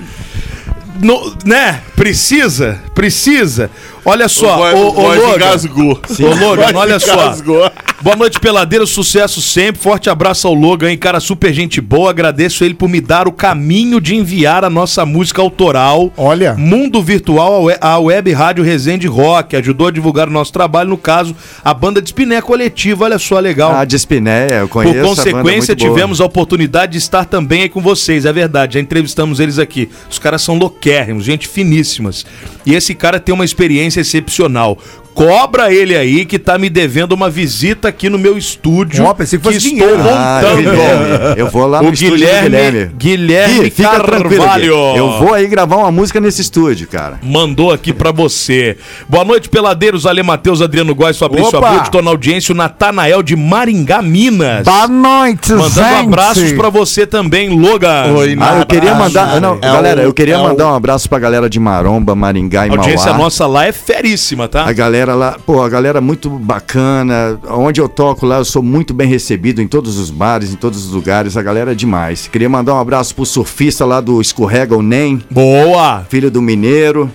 C: No- né? Precisa, precisa. Olha só,
D: Voz-
C: ô, ô,
D: voz
C: Logan.
D: engasgou.
C: Ô, Logan,
D: Voz
C: olha só.
D: engasgou.
C: Boa noite, peladeiro. Sucesso sempre. Forte abraço ao Logan, hein? Cara, super gente boa. Agradeço ele por me dar o caminho de enviar a nossa música autoral.
B: Olha.
C: Mundo Virtual ao we- à Web Rádio Resende Rock. Ajudou a divulgar o nosso trabalho, no caso, a banda de Espiné Coletiva. Olha só, legal.
F: Ah, de Spiné, eu conheço.
C: Por
F: a banda, é
C: consequência,
F: muito boa.
C: tivemos a oportunidade de estar também aí com vocês. É verdade, já entrevistamos eles aqui. Os caras são loquérrimos, gente finíssimas. E esse cara tem uma experiência excepcional. Cobra ele aí que tá me devendo uma visita aqui no meu estúdio.
B: Ó, pensei que fosse
C: estou
B: dinheiro.
F: Ah,
C: montando.
F: Guilherme, eu vou lá no
C: né? O
F: estúdio do
C: Guilherme, Guilherme
F: Gui, fica tranquilo, Gui.
C: Carvalho.
F: Eu vou aí gravar uma música nesse estúdio, cara.
C: Mandou aqui pra você. Boa noite, peladeiros. Ale Matheus, Adriano Góes, Fabrício
B: Opa!
C: Abud, tô na audiência. O Natanael de Maringá, Minas.
F: Tá
B: Boa noite,
C: Mandando
B: gente.
C: abraços pra você também, Logan.
D: Oi,
F: Ah, eu queria
D: abraço,
F: mandar. Não,
D: é
F: galera,
D: o-
F: eu queria
D: é o-
F: mandar um abraço pra galera de Maromba, Maringá e
C: A audiência
F: Mauá.
C: nossa lá é feríssima, tá?
F: A galera lá, pô, a galera muito bacana. Onde eu toco lá, eu sou muito bem recebido em todos os bares, em todos os lugares. A galera é demais. Queria mandar um abraço pro surfista lá do Escorrega o Nem,
C: Boa!
F: filho do Mineiro.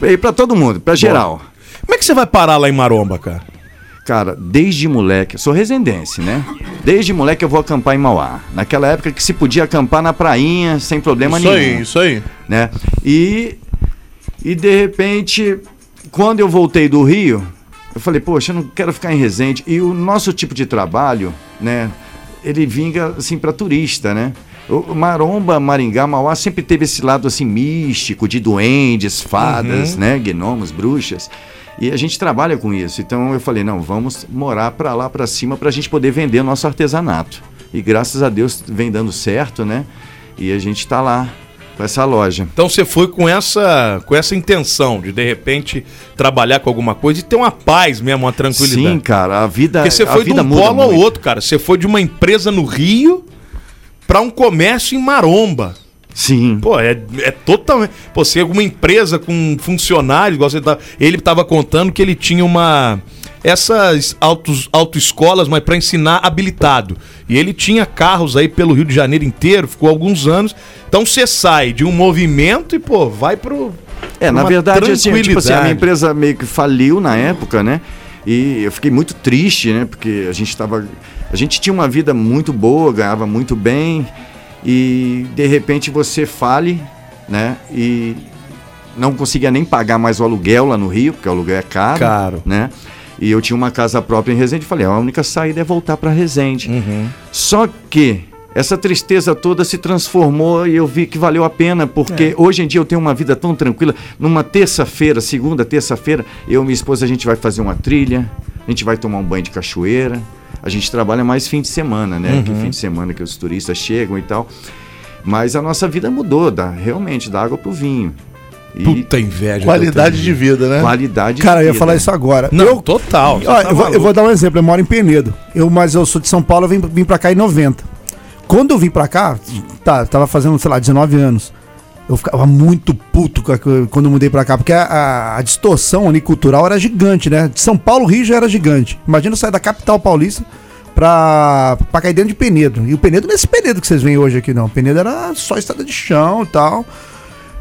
F: E pra todo mundo, pra geral.
C: Como é que você vai parar lá em Maromba, cara?
F: Cara, desde moleque, eu sou resendense, né? Desde moleque eu vou acampar em Mauá. Naquela época que se podia acampar na prainha sem problema
D: Isso
F: nenhum.
D: aí, isso aí.
F: né? E, e de repente, quando eu voltei do Rio, eu falei, poxa, eu não quero ficar em Resende. E o nosso tipo de trabalho, né? Ele vinga assim para turista, né? o Maromba, Maringá, Mauá sempre teve esse lado assim místico, de duendes, fadas,
K: Uhum.
F: né? Gnomos, bruxas. E a gente trabalha com isso. Então eu falei, não, vamos morar para lá, para cima, para a gente poder vender o nosso artesanato. E graças a Deus vem dando certo, né? E a gente tá lá com essa loja.
C: Então você foi com essa, com essa intenção de de repente trabalhar com alguma coisa e ter uma paz mesmo, uma tranquilidade.
F: Sim, cara, a vida.
C: Porque você
F: a
C: foi de
F: vida
C: um
F: muda
C: polo ao
F: muito.
C: outro, cara. Você foi de uma empresa no Rio pra um comércio em Maromba.
F: Sim.
C: Pô, é, é totalmente. Pô, você é uma empresa com um funcionário, igual você tá, ele tava contando que ele tinha uma. Essas autos, autoescolas, mas pra ensinar habilitado. E ele tinha carros aí pelo Rio de Janeiro inteiro, ficou alguns anos. Então você sai de um movimento e, pô, vai pro.
F: É, na
C: pra uma
F: verdade, assim, tipo assim, a minha
C: tranquilidade.
F: empresa meio que faliu na época, né? E eu fiquei muito triste, né? Porque a gente tava. A gente tinha uma vida muito boa, ganhava muito bem. E de repente você fale, né? E não conseguia nem pagar mais o aluguel lá no Rio, porque o aluguel é caro.
C: Caro.
F: Né? E eu tinha uma casa própria em Resende. Falei, a única saída é voltar para Resende.
C: Uhum.
F: Só que essa tristeza toda se transformou e eu vi que valeu a pena, porque
C: É.
F: hoje em dia eu tenho uma vida tão tranquila. Numa terça-feira, segunda, terça-feira, eu e minha esposa, a gente vai fazer uma trilha, a gente vai tomar um banho de cachoeira. A gente trabalha mais fim de semana, né? Que
K: Uhum.
F: fim de semana que os turistas chegam e tal. Mas a nossa vida mudou, da, realmente, da água pro vinho. E
C: Puta inveja.
D: Qualidade de vida, né?
F: Qualidade de
B: Cara, eu ia
F: vida.
B: falar isso agora.
C: Não,
B: eu,
C: total. você
B: Ó,
C: tá
B: eu, vou, eu
C: maluco.
B: vou dar um exemplo. Eu moro em Penedo. Eu, mas eu sou de São Paulo, eu vim, vim pra cá em 90. Quando eu vim pra cá, tá, tava fazendo, sei lá, 19 anos. Eu ficava muito puto com a- quando eu mudei pra cá, porque a, a- a distorção ali cultural era gigante, né? De São Paulo, Rio já era gigante. Imagina eu sair da capital paulista pra, pra cair dentro de Penedo. E o Penedo não é esse Penedo que vocês veem hoje aqui, não. Penedo era só estrada de chão e tal.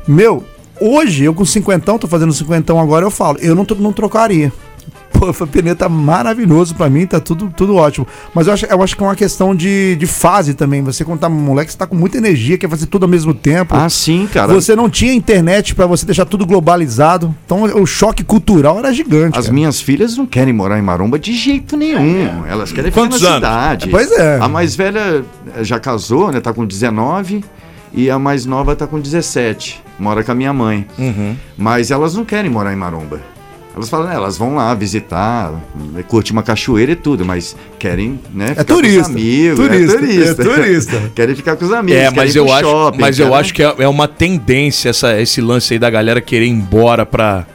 B: Meu, hoje, eu com cinquentão, tô fazendo cinquentão agora, eu falo, eu não, tro- não trocaria. [laughs] Pô, foi pneu tá maravilhoso pra mim, tá tudo, tudo ótimo. Mas eu acho, eu acho que é uma questão de, de fase também. Você quando tá moleque, você tá com muita energia, quer fazer tudo ao mesmo tempo.
F: Ah, sim, cara.
B: Você não tinha internet pra você deixar tudo globalizado. Então o choque cultural era gigante.
F: As minhas filhas não querem morar em Maromba de jeito nenhum. Elas querem ficar
B: Quantos
F: na
B: anos?
F: cidade.
B: Pois é.
F: A mais velha eh, já casou, né? Tá com 19. E a mais nova tá com 17. Mora com a minha mãe.
B: Uhum.
F: Mas elas não querem morar em Maromba. Elas falam, né, elas vão lá visitar, eh, curte uma cachoeira e tudo, mas querem, né? ficar com os
B: É turista.
F: amigos,
B: Turista,
F: é turista.
B: é turista.
F: [laughs] querem ficar com os amigos.
C: É,
F: querem
C: mas
F: ir pro
C: eu acho,
F: shopping,
C: mas eu
F: querem-
C: acho que é, é uma tendência essa, esse lance aí da galera querer ir embora pra,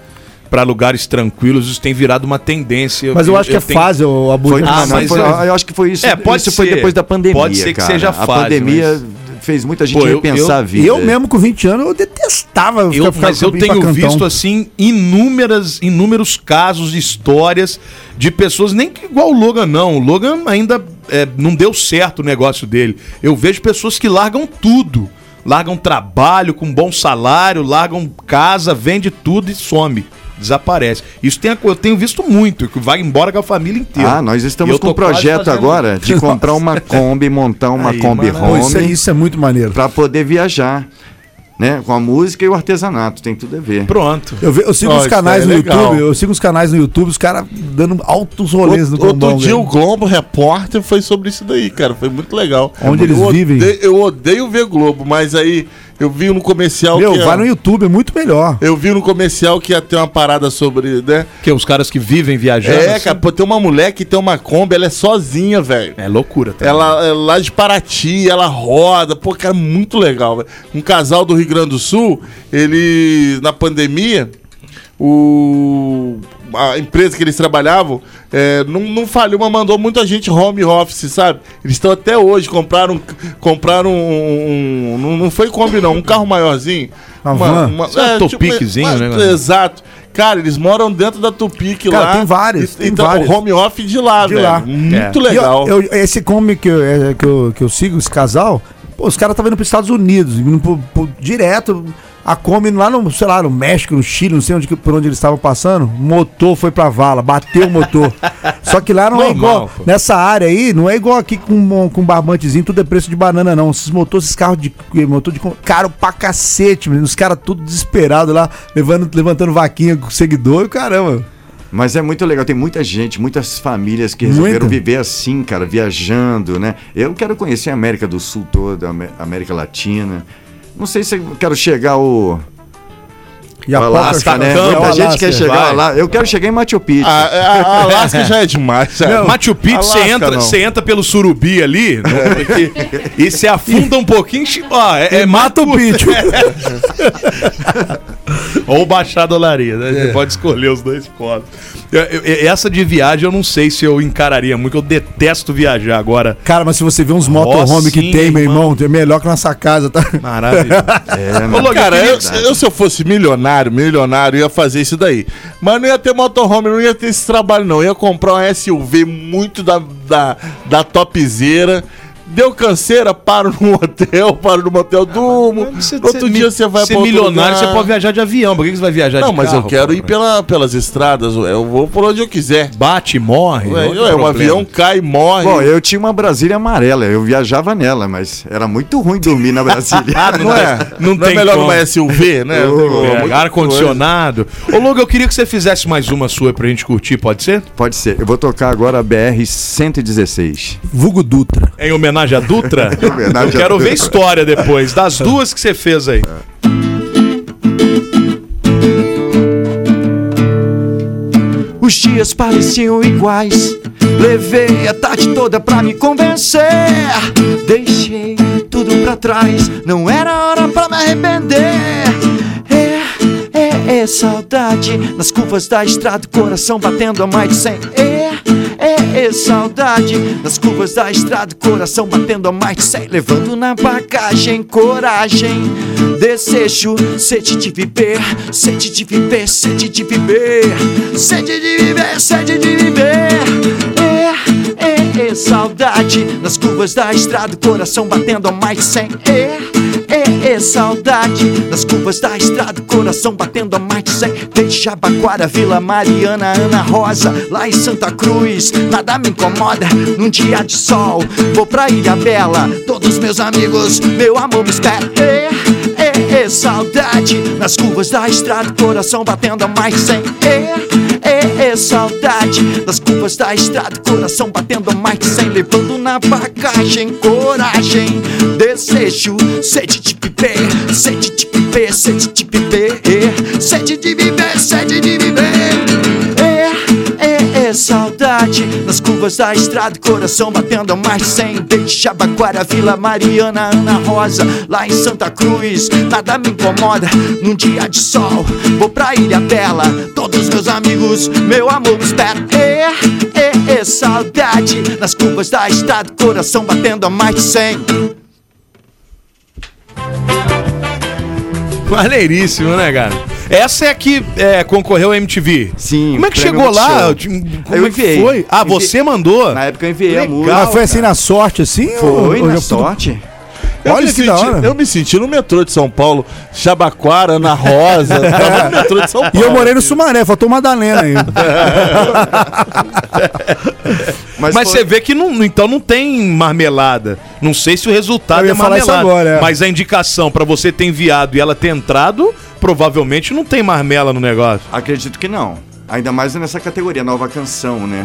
C: pra lugares tranquilos. Isso tem virado uma tendência.
B: Mas eu acho que é
C: tenho-
B: fase, ô, Abu.
F: Foi,
C: Ah,
F: ah,
C: mas
F: foi,
C: eu-
F: eu acho que foi isso.
C: É, pode
F: isso foi
C: ser.
F: depois da pandemia.
C: Pode ser que
F: cara.
C: seja
F: A
C: fase,
F: pandemia fez muita gente
C: Pô, eu-
F: repensar
C: eu-
F: a vida.
B: Eu mesmo com 20 anos, eu detestava
C: Eu- mas eu
B: ir pra
C: tenho
B: cantão.
C: visto
F: um.
C: assim inúmeras, inúmeros casos, histórias de pessoas nem que igual o Logan não. O Logan ainda é, não deu certo o negócio dele. Eu vejo pessoas que largam tudo, largam trabalho com bom salário, largam casa, vende tudo e some. Desaparece. Isso tem, a- eu tenho visto muito, que vai embora com a família inteira.
F: Ah, nós
C: E
F: estamos
C: eu
F: com um
C: tô quase
F: projeto
C: fazendo- [laughs]
F: agora de comprar uma Kombi, montar uma
C: Aí,
F: Kombi
C: maravilha.
F: Home
B: Isso é, isso é muito maneiro.
F: para poder viajar. Né? Com a música e o artesanato, tem tudo a ver.
C: Pronto.
B: Eu, ve- eu sigo
F: Ó,
B: os
F: isso
B: canais
F: é
B: no
F: legal.
B: YouTube, eu sigo os canais no YouTube, os caras dando altos rolês no
D: Outro, outro
B: Cambão,
D: dia
B: velho.
D: o Globo Repórter foi sobre isso daí, cara. Foi muito legal.
B: Onde eles
D: eu
B: vivem.
D: Odeio, eu odeio ver Globo, mas aí eu vi no comercial
B: Meu,
D: que. um,
B: vai no YouTube, é muito melhor.
D: Eu vi no comercial que ia ter uma parada sobre, né?
C: Que é os caras que vivem viajando.
D: É,
C: assim.
D: cara, pô, tem uma mulher que tem uma Kombi, ela é sozinha, velho.
C: É loucura, tá?
D: Ela é lá de Paraty, ela roda. Pô, cara, muito legal, velho. Um casal do Rio Grande do Sul, ele, na pandemia, o, a empresa que eles trabalhavam é, não, não falhou, mas mandou muita gente home office, sabe? Eles estão até hoje, compraram, compraram um, um- não, não foi Kombi, não, um carro maiorzinho.
B: Uma van?
C: Isso é um Tupiczinho, né, mano?
D: tipo, Exato. Cara, eles moram dentro da Tupic
B: Cara,
D: lá.
B: tem vários,
D: E,
B: tem
D: então,
B: vários.
D: home office de lá,
B: de
D: velho.
B: lá.
D: Muito
B: É.
D: legal.
B: E, ó, eu- esse come que eu, é, que, eu, que eu sigo, esse casal, pô, os caras estavam indo para os Estados Unidos, indo pro- pro- direto. A Kombi lá no, sei lá, no México, no Chile, não sei onde, que- por onde eles estavam passando, o motor foi pra vala, bateu o motor. Só que lá não é
C: Normal,
B: igual.
C: pô.
B: Nessa área aí, não é igual aqui com, com barbantezinho, tudo é preço de banana, não. Esses motores, esses carros de. motor de. com- caro pra cacete, menino. Os caras tudo desesperado lá, levando, levantando vaquinha com seguidor e o caramba.
F: Mas é muito legal, tem muita gente, muitas famílias que resolveram
B: Muita.
F: viver assim, cara, viajando, né? Eu quero conhecer a América do Sul toda, a Amé- América Latina. Não sei se eu quero chegar ao.
B: E a é
F: Alasca,
B: Paca-
F: né?
B: Campo,
F: Muita gente
B: Alasca,
F: quer chegar
B: vai.
F: lá. Eu quero chegar em Machu Picchu.
D: A, a Alasca já é demais. já.
C: Machu Picchu, você
D: Alasca,
C: entra,
D: não.
C: você entra pelo Surubi ali no- [laughs] e você afunda um pouquinho, tipo, ó, é, é Mato Picchu. Ou Baixada Olaria, né? Você pode escolher os dois pontos. Eu- eu- eu- Essa de viagem eu não sei se eu encararia muito, eu detesto viajar agora.
B: Cara, mas se você vê uns motorhome que
C: sim,
B: tem, meu irmão, é melhor que nossa casa, tá?
C: [laughs] Maravilha.
F: É,
D: Ô,
F: mano.
D: Logan, cara, eu, eu se eu fosse milionário, milionário, eu ia fazer isso daí. Mas não ia ter motorhome, não ia ter esse trabalho, não. Eu ia comprar um SUV muito da, da, da topzeira. Deu canseira, paro num [laughs] hotel, paro num motel, durmo. outro dia você vai
C: Ah, Ser
D: pra outro
C: é milionário,
D: lugar.
C: você pode viajar de avião. Por que que você vai viajar
D: Não,
C: de
D: mas
C: carro?
D: eu quero
C: pô? né?
D: ir pela- pelas estradas, ué, eu vou por onde eu quiser.
C: Bate, morre.
D: Ué,
C: outro
D: ué, o
C: problema.
D: avião cai, morre.
F: Bom, eu tinha uma Brasília amarela, eu viajava nela, mas era muito ruim dormir na Brasília.
D: não, é,
C: [laughs] não
D: não é
C: tem
D: melhor
C: como.
D: numa SUV, né?
F: Ô,
D: Tem como,
C: É,
D: muita
C: Ar-condicionado. Ô, Logo, eu queria que você fizesse mais uma sua pra gente curtir, pode ser?
F: Pode ser. Eu vou tocar agora a BR-116.
B: Vulgo Dutra.
C: É Em homenagem a
F: [laughs]
C: Dutra?
F: homenagem
C: eu
F: a
C: quero
F: Dutra. É.
C: ver história depois, das duas que você fez aí.
F: Os dias pareciam iguais. Levei a tarde toda pra me convencer. Deixei tudo pra trás. Não era hora pra me arrepender. É, é, é saudade. Nas curvas da estrada, o coração batendo a mais de 100. É, é, é saudade. Nas curvas da estrada, o coração batendo a mais de 100. Levando na bagagem coragem, desejo, sede de viver, sede de viver, sede de viver, sede de viver, sede de viver. É, é, é saudade. Nas curvas da estrada, o coração batendo a mais de 100. É, é, é saudade. Nas curvas da estrada, o coração batendo a mais de 100. Desde Jabaquara, Vila Mariana, Ana Rosa, lá em Santa Cruz. Nada me incomoda num dia de sol. Vou pra Ilha Bela, todos meus amigos, meu amor me espera. É, é, é, saudade Nas curvas da estrada, o coração batendo a mais de 100 É, é, é saudade Nas curvas da estrada, o coração batendo a mais de 100 Levando na bagagem coragem Desejo, sede de viver Sede de viver, sede de viver Sede de viver, sede de viver É, é, é saudade Nas curvas da estrada, coração batendo a mais de 100 Desde Jabaquara, Vila Mariana, Ana Rosa Lá em Santa Cruz, nada me incomoda Num dia de sol, vou pra Ilha Bela Todos meus amigos, meu amor me espera É, é, é saudade Nas curvas da estrada, coração batendo a mais de 100
C: Maneiríssimo, né, cara? Essa é a que é, concorreu à MTV.
F: Sim,
C: Como é que
F: prêmio
C: chegou
F: do
C: lá?
F: show.
C: Como
F: Eu
C: é que
F: enviei.
C: foi? Ah,
F: Enviei.
C: você mandou?
F: época eu enviei
C: a música.
B: Mas foi assim na sorte, assim?
F: Foi,
B: ou- ou
F: na
B: já tudo-
F: sorte
D: Eu
B: Olha
D: me
B: que
D: senti,
B: da hora.
D: Eu me senti no metrô de São Paulo, Jabaquara, Ana Rosa, tava no metrô de São Paulo.
B: E eu morei no Sumaré, faltou Madalena ainda.
C: Mas, você vê que não, então não tem marmelada. Não sei se o resultado
B: Eu ia
C: é
B: falar
C: marmelada.
B: isso agora, é.
C: Mas a indicação pra você ter enviado e ela ter entrado, provavelmente não tem marmela no negócio.
F: Acredito que não. Ainda mais nessa categoria, nova canção, né?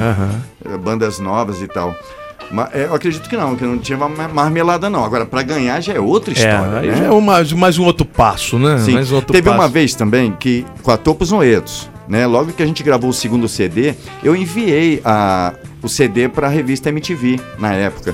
F: Eh, Bandas novas e tal. Mas eu acredito que não, que não tinha ma- marmelada, não. Agora, pra ganhar já é outra história.
C: aí
F: né?
C: já é um- mais, mais um outro passo, né?
F: Sim.
C: Mais outro
F: Teve
C: passo.
F: uma vez também que, com a Topos Noedos, né? Logo que a gente gravou o segundo CD, eu enviei a, o CD pra revista MTV na época.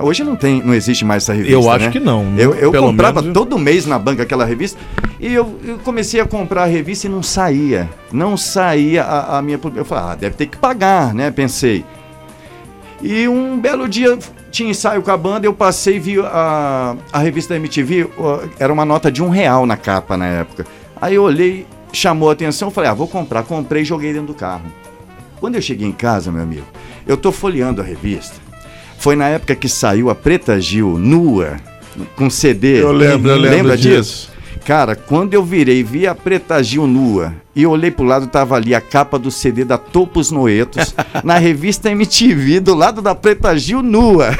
F: Hoje não tem, não existe mais essa revista.
C: Eu acho
F: né?
C: que não.
F: Eu, eu
C: Pelo
F: comprava
C: menos-
F: todo mês na banca aquela revista e eu, eu comecei a comprar a revista e não saía. Não saía a, a minha. pub- Eu falei, ah, deve ter que pagar, né? Pensei. E um belo dia tinha ensaio com a banda, eu passei e vi a, a revista da MTV, ó, era uma nota de um real na capa na época. Aí eu olhei, chamou a atenção, falei, ah, vou comprar. Comprei e joguei dentro do carro. Quando eu cheguei em casa, meu amigo, eu tô folheando a revista. Foi na época que saiu a Preta Gil nua, com CD.
D: Eu lembro, eu lembro
F: Lembra
D: disso.
F: Cara, quando eu virei, vi a Preta Gil nua e olhei pro lado, tava ali a capa do CD da [laughs] Topos Noetos, na revista MTV, do lado da Preta Gil nua.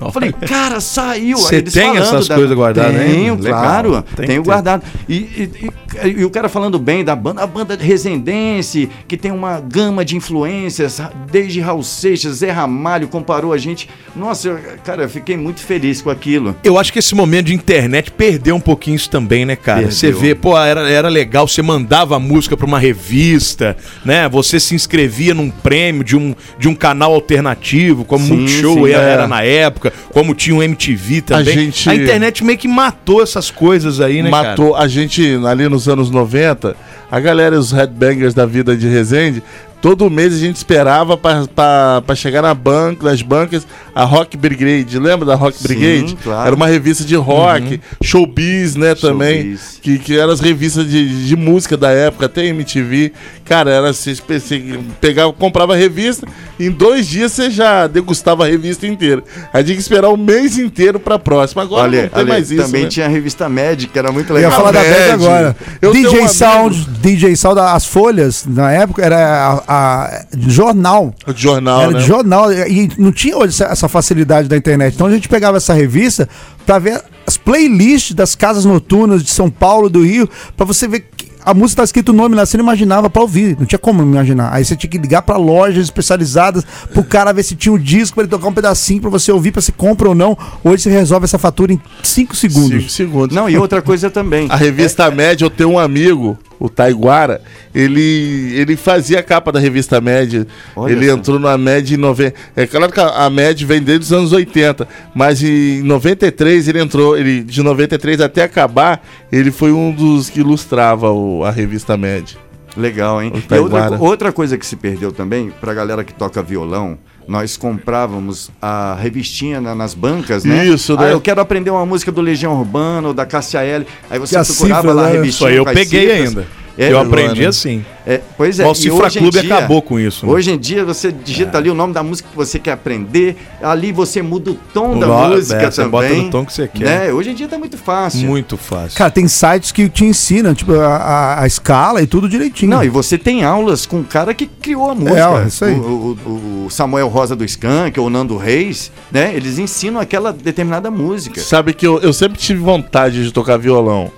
F: Eu falei, cara, saiu. Aí
C: Você
F: eles
C: tem
F: falando
C: essas coisas guardadas, hein?
F: Tenho,
C: Legal.
F: claro.
C: Tem que
F: tenho
C: ter.
F: guardado. E, e- e- e o cara falando bem da banda, a banda Resendense, que tem uma gama de influências, desde Raul Seixas, Zé Ramalho, comparou a gente. Nossa, eu- cara, eu fiquei muito feliz com aquilo.
C: Eu acho que esse momento de internet perdeu um pouquinho isso também, né, cara?
F: Perdeu.
C: Você vê, pô, era, era legal, você mandava a música pra uma revista, né? Você se inscrevia num prêmio de um, de um canal alternativo, como
F: Sim,
C: Multishow
F: sim,
C: era,
F: é.
C: era na época, como tinha o MTV também.
D: A gente-
C: internet meio que matou essas coisas aí, né, cara?
D: Matou a gente ali nos anos 90, a galera, os headbangers da vida de Resende, todo mês a gente esperava pra- pra pra chegar na banca, nas bancas, a Rock Brigade. Lembra da Rock Brigade?
F: claro. Uhum.
D: Era uma revista de rock, showbiz, né, também.
F: Showbiz.
D: Que, que eram as revistas de, de música da época, até MTV. Cara, era assim, espe- você pegava, comprava a revista, em dois dias você já degustava a revista inteira. Aí tinha que esperar o mês inteiro pra próxima. Agora não
F: Olha,
D: tem
F: olha
D: mais isso.
F: também
D: né?
F: tinha a revista médica, era muito
B: Eu ia
F: legal.
B: falar da Bad
D: Bad.
B: agora.
D: Eu tenho um
B: DJ
D: amigo-
B: Sound, DJ Sound, as folhas, na época, era a, a- jornal.
D: O de jornal,
B: era
D: né?
B: de jornal. E não tinha hoje essa, essa facilidade da internet. Então a gente pegava essa revista pra ver as playlists das casas noturnas de São Paulo, do Rio, pra você ver. que A música tá escrito o nome lá, você não imaginava pra ouvir, não tinha como imaginar. Aí você tinha que ligar pra lojas especializadas pro cara ver se tinha um disco pra ele tocar um pedacinho pra você ouvir, pra se compra ou não. Hoje você resolve essa fatura em 5 segundos.
D: Cinco segundos.
F: Não, e É. outra coisa também.
D: [laughs] A revista Média, eu tenho um amigo, o Taiguara, ele, ele fazia a capa da revista Média.
F: Olha
D: ele
F: só.
D: entrou na Média em 90. É claro que a a Média vem desde os anos 80, mas em 93 ele entrou, ele, de 93 até acabar, ele foi um dos que ilustrava o- a revista Média.
F: Legal, hein?
D: O
F: E outra,
D: Taiguara.
F: outra coisa que se perdeu também, pra galera que toca violão, nós comprávamos a revistinha na- nas bancas, né?
D: Isso,
F: né?
D: né?
F: Ah, eu quero aprender uma música do Legião Urbano, da Cássia L. Aí você
B: E as
F: procurava
B: cifras,
F: lá a
B: né?
F: revistinha.
C: Isso aí eu
F: com as
C: peguei
F: cifras.
C: ainda.
F: É,
C: eu
F: eu
C: aprendi
D: né?
C: assim.
F: É, pois é,
C: Ó, o Cifra
F: hoje em
C: Clube acabou com isso, né? É.
F: Hoje em dia você digita ali o nome da música que você quer aprender, ali você muda o tom
C: O
F: da
C: nó-
F: música
C: é,
F: também.
C: você bota no tom que você quer.
F: Né? Hoje em dia tá muito fácil.
C: Muito fácil.
B: Cara, tem sites que te ensinam, tipo, a, a- a escala e tudo direitinho.
F: Não, e você tem aulas com o cara que criou a música.
B: É, ó, isso aí.
F: O, o- o Samuel Rosa do Skank ou o Nando Reis, né? Eles ensinam aquela determinada música.
D: Sabe que eu, eu sempre tive vontade de tocar violão,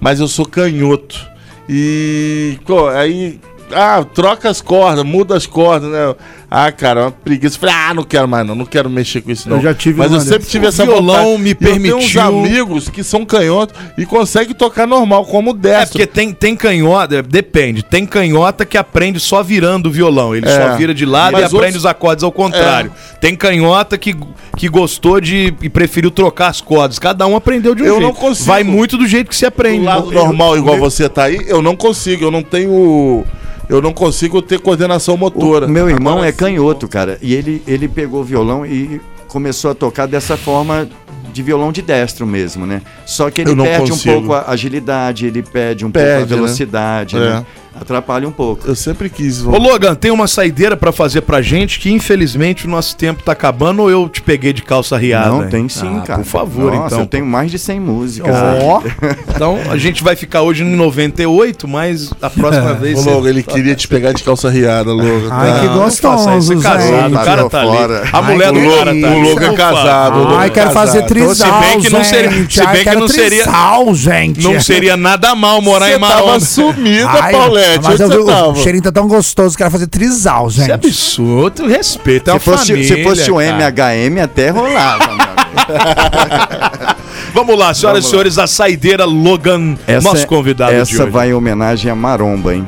D: mas eu sou canhoto. E co- aí, ah, troca as cordas, muda as cordas, né? Ah, cara, uma preguiça. Falei, ah, não quero mais não, não quero mexer com isso não.
B: Eu já tive
D: Mas
B: uma
D: eu sempre
B: dessas.
D: tive
C: O
D: essa
C: violão
D: vontade.
C: me
D: E Eu
C: permitiu-
D: tenho uns amigos que são canhotos e conseguem tocar normal, como o
C: É
D: destro.
C: porque tem, tem canhota, é, depende. Tem canhota que aprende só virando o violão. Ele só
D: É.
C: vira de lado
D: Mas É.
C: e aprende
D: outros-
C: os acordes ao contrário. Tem canhota que, que gostou de e preferiu trocar as cordas. Cada um aprendeu de um
D: Eu
C: jeito.
D: não consigo.
C: Vai muito do jeito que se
D: do
C: aprende.
D: lado normal, igual você tá aí, eu não consigo, eu não tenho... Eu não consigo ter coordenação motora.
F: O meu irmão
D: Agora
F: é
D: sim,
F: canhoto, cara. E ele, ele pegou o violão e começou a tocar dessa forma de violão de destro mesmo, né? Só que ele
D: Eu não
F: perde
D: consigo.
F: um pouco a agilidade, ele perde um pouco a
D: Perde, né?
F: velocidade,
D: É.
F: né? Atrapalha um pouco.
D: Eu sempre quis.
C: Ô Logan, tem uma saideira pra fazer pra gente que infelizmente o nosso tempo tá acabando ou eu te peguei de calça riada?
F: Não,
C: hein?
F: tem sim,
C: Ah,
F: cara.
C: Por favor,
F: Nossa,
C: então.
F: eu tenho mais de 100 músicas.
B: Ó,
C: Então a gente vai ficar hoje em 98, mas a próxima vez.
D: [laughs] Ô,
C: você-
D: Logo, ele queria te pegar de calça riada, Logo. tá?
B: Ai, que
C: Não, não faça isso,
B: gostoso,
C: é casado,
B: Zé.
C: o cara
F: Tá
C: tá
F: fora.
C: ali. A
B: Ai,
C: mulher
B: que
C: do cara tá
D: O
C: ali.
D: Logo é
C: Não
D: casado. o Logo
B: Ai,
D: é
B: quero
D: casado.
B: fazer trisal,
C: Se bem que não
B: gente.
C: seria- se bem
B: Ai,
C: que
B: quero
C: não seria-
B: trisal, gente.
C: Não seria nada mal morar
D: Você
C: em Maromba.
D: tava sumida,
B: Ai,
D: Paulette.
B: Mas
D: Onde
B: eu vi,
D: você
B: o
D: tava?
B: cheirinho tá tão gostoso, quero fazer trisal,
C: Isso é
B: gente.
C: absurdo, respeito. É
F: Se
C: uma
F: fosse,
C: família,
F: se fosse o
M: um
C: cara.
F: MHM, até rolava,
C: [laughs]
F: meu amigo.
C: Vamos lá, senhoras
F: Vamos
C: e senhores, a saideira Logan,
M: é-
C: nosso convidado
F: essa
C: de hoje.
F: vai em homenagem a Maromba, hein?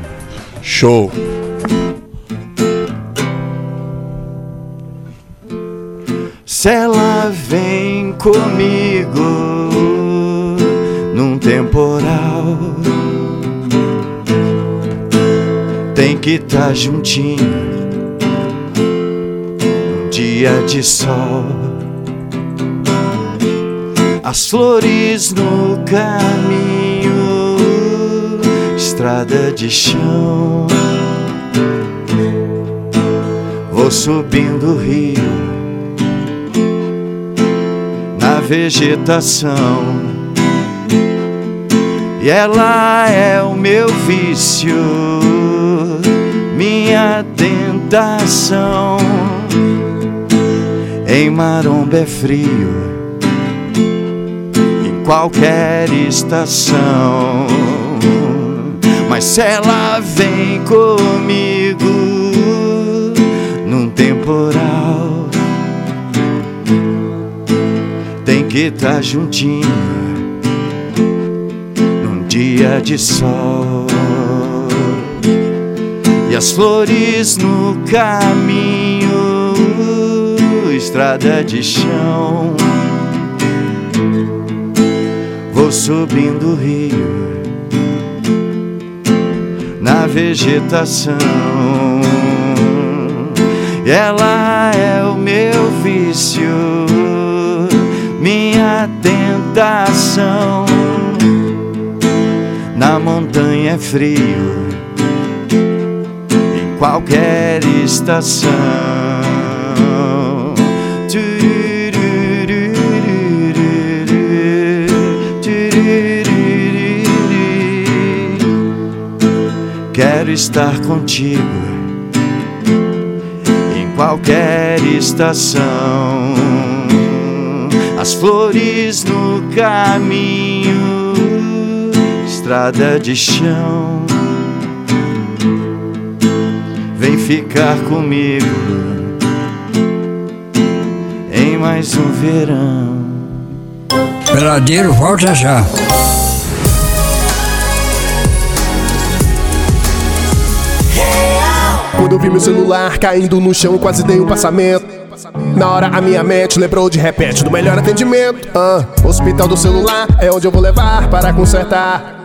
D: Show.
F: Se ela vem comigo num temporal, tem que tá juntinho num dia de sol. As flores no caminho, estrada de chão. Vou subindo o rio na vegetação. E ela é o meu vício, minha tentação. Em Maromba é frio, em qualquer estação. Mas se ela vem comigo num temporal, tem que estar tá juntinho num dia de sol. E as flores no caminho, estrada de chão. Vou subindo o rio na vegetação. E ela é o meu vício, minha tentação. Na montanha é frio, em qualquer estação. Quero estar contigo em qualquer estação. As flores no caminho, estrada de chão. Vem ficar comigo em mais um verão.
H: Peladeiro volta já.
I: Quando eu vi meu celular caindo no chão, quase dei um passamento. Na hora a minha mente lembrou de repente do melhor atendimento. Ah, hospital do celular é onde eu vou levar para consertar.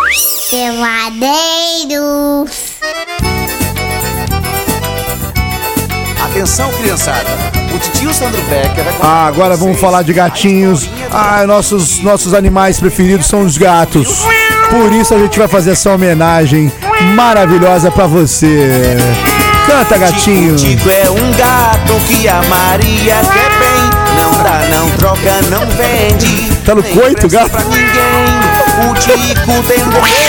K: Peladeiros.
M: Atenção, criançada. O tio Sandro Becker vai
B: Ah, agora vamos falar de gatinhos. Ah, nossos, nossos animais preferidos são os gatos. Por isso a gente vai fazer essa homenagem maravilhosa pra você. Canta, gatinho.
M: Tico é um gato que a Maria quer bem. Não dá, não troca, não vende.
B: Tá no
M: Nem
B: coito,
M: presta
B: gato?
M: Pra ninguém. O Tico tem um defeito.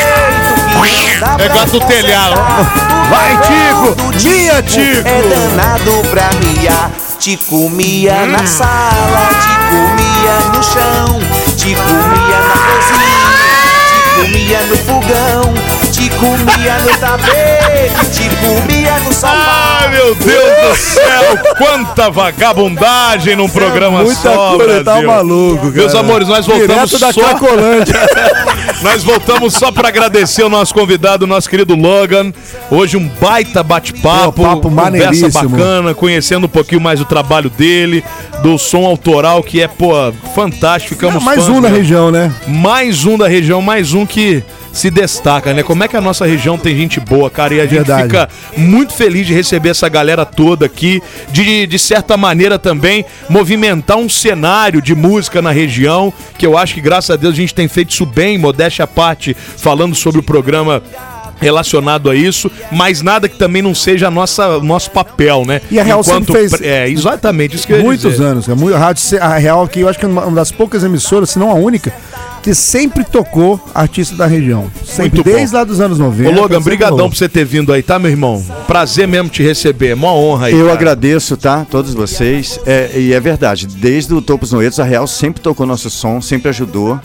D: É gato telhado.
M: Vai,
B: Tico! Mia, Tico!
M: É danado pra miar. Te comia na sala, te comia no chão, te comia na cozinha, te comia no fogão, te comia no tapete, te comia no sofá.
C: Ah, meu Deus do céu, quanta vagabundagem num programa
B: é muita
C: só, Brasil.
B: coisa, tá maluco, cara.
C: Meus amores, nós voltamos
B: Direto da
C: só... [laughs]
B: Cracolândia.
C: Nós voltamos só para agradecer o nosso convidado, o nosso querido Logan. Hoje um baita bate-papo,
B: Meu, papo
C: conversa
B: maneiríssimo.
C: bacana, conhecendo um pouquinho mais o trabalho dele, do som autoral que é, pô, fantástico. Ficamos
B: Mais
C: fãs,
B: um da
C: né?
B: região, né?
C: Mais um da região, mais um que se destaca, né? Como é que a nossa região tem gente boa, cara? E a gente
B: Verdade.
C: fica muito feliz de receber essa galera toda aqui, de, de certa maneira também movimentar um cenário de música na região, que eu acho que graças a Deus a gente tem feito isso bem, modéstia à parte, falando sobre o programa relacionado a isso, mas nada que também não seja a nossa nosso papel, né?
B: E a Real sempre
C: Enquanto
B: fez-
C: pre- é exatamente isso que eu ia
B: Muitos
C: dizer.
B: anos, cara. Muito, a, rádio, se- a Real aqui, eu acho que é uma uma das poucas emissoras, se não a única, que sempre tocou artista da região. Sempre,
C: Muito bom.
B: desde lá dos anos 90.
C: Ô Logan,
B: sempre rolou.
C: brigadão por você ter vindo aí, tá, meu irmão? Prazer mesmo te receber, é mó honra aí.
F: Eu
C: cara.
F: agradeço, tá? Todos vocês. É, e é verdade, desde o Topos Noetos, a Real sempre tocou nosso som, sempre ajudou.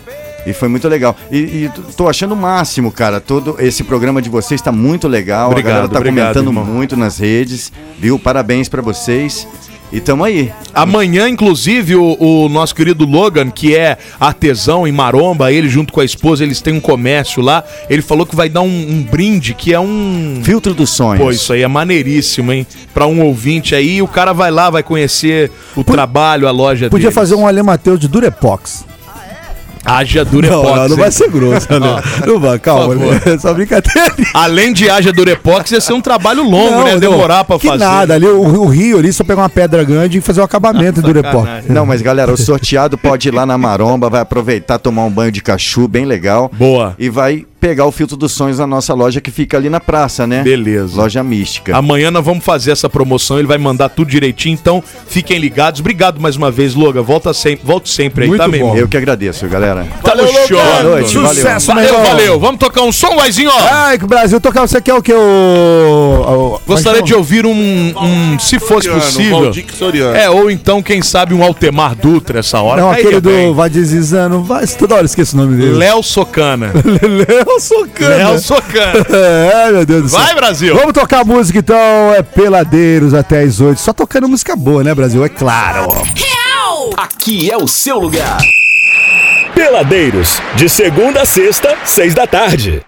F: E foi muito legal. E, e tô achando o máximo, cara. Todo esse programa de vocês tá muito legal.
C: Obrigado,
F: a galera tá
C: obrigado,
F: comentando
C: irmão.
F: muito nas redes, viu? Parabéns pra vocês. E tamo aí.
C: Amanhã, inclusive, o, o nosso querido Logan, que é artesão em Maromba, ele junto com a esposa, eles têm um comércio lá. Ele falou que vai dar um, um brinde que é um.
F: Filtro dos sonhos.
C: Pô, isso aí é maneiríssimo, hein? Pra um ouvinte aí, o cara vai lá, vai conhecer o trabalho, a loja
B: Podia
C: deles.
B: fazer um Ale Mateus de Durepox.
C: Haja Durepox.
B: Não, não, não
C: hein?
B: vai ser grosso,
C: [laughs]
B: né? Não vai, calma,
C: Por favor.
B: é [laughs] só brincadeira.
C: Além de haja Durepox, ia ser um trabalho longo,
B: Não,
C: né?
B: não.
C: Demorar pra
B: que
C: fazer.
B: nada, ali o, o rio ali, só pegar uma pedra grande e fazer o
C: [laughs]
B: acabamento
C: Ah,
B: do Durepox.
F: Não, mas galera, o sorteado pode ir lá na Maromba, vai aproveitar, tomar um banho de cachu, bem legal.
C: Boa.
F: E vai pegar o filtro dos sonhos na nossa loja que fica ali na praça, né?
C: Beleza.
F: Loja mística.
C: Amanhã nós vamos fazer essa promoção, ele vai mandar tudo direitinho, então fiquem ligados. Obrigado mais uma vez, Logan. Volta sempre, volte sempre aí, tá, meu irmão?
F: Eu que agradeço, galera.
C: Tá no
F: Valeu,
C: show.
F: Boa noite,
C: valeu.
B: Sucesso, meu
C: Valeu,
B: irmão.
C: valeu. Vamos tocar um som, Guaizinho, ó.
B: Ai, que Brasil, tocar você quer o que? O, é o,
C: Gostaria de ouvir um, um, se fosse
D: Soriano,
C: possível.
D: Valdir Soriano.
C: É, ou então, quem sabe, um Altemar Dutra essa hora.
B: Não,
C: Aí
B: aquele
C: é bem.
B: do Vadizizano, vai, toda hora eu esqueço o nome [laughs] dele.
C: Léo Socana.
B: Léo Socana.
C: Léo Socana.
B: É, meu Deus do céu.
C: Vai, Brasil.
B: Vamos tocar música então, é Peladeiros até às 8. Só tocando música boa, né, Brasil? É claro.
J: Aqui é o seu lugar.
A: Peladeiros, de segunda a sexta, seis da tarde.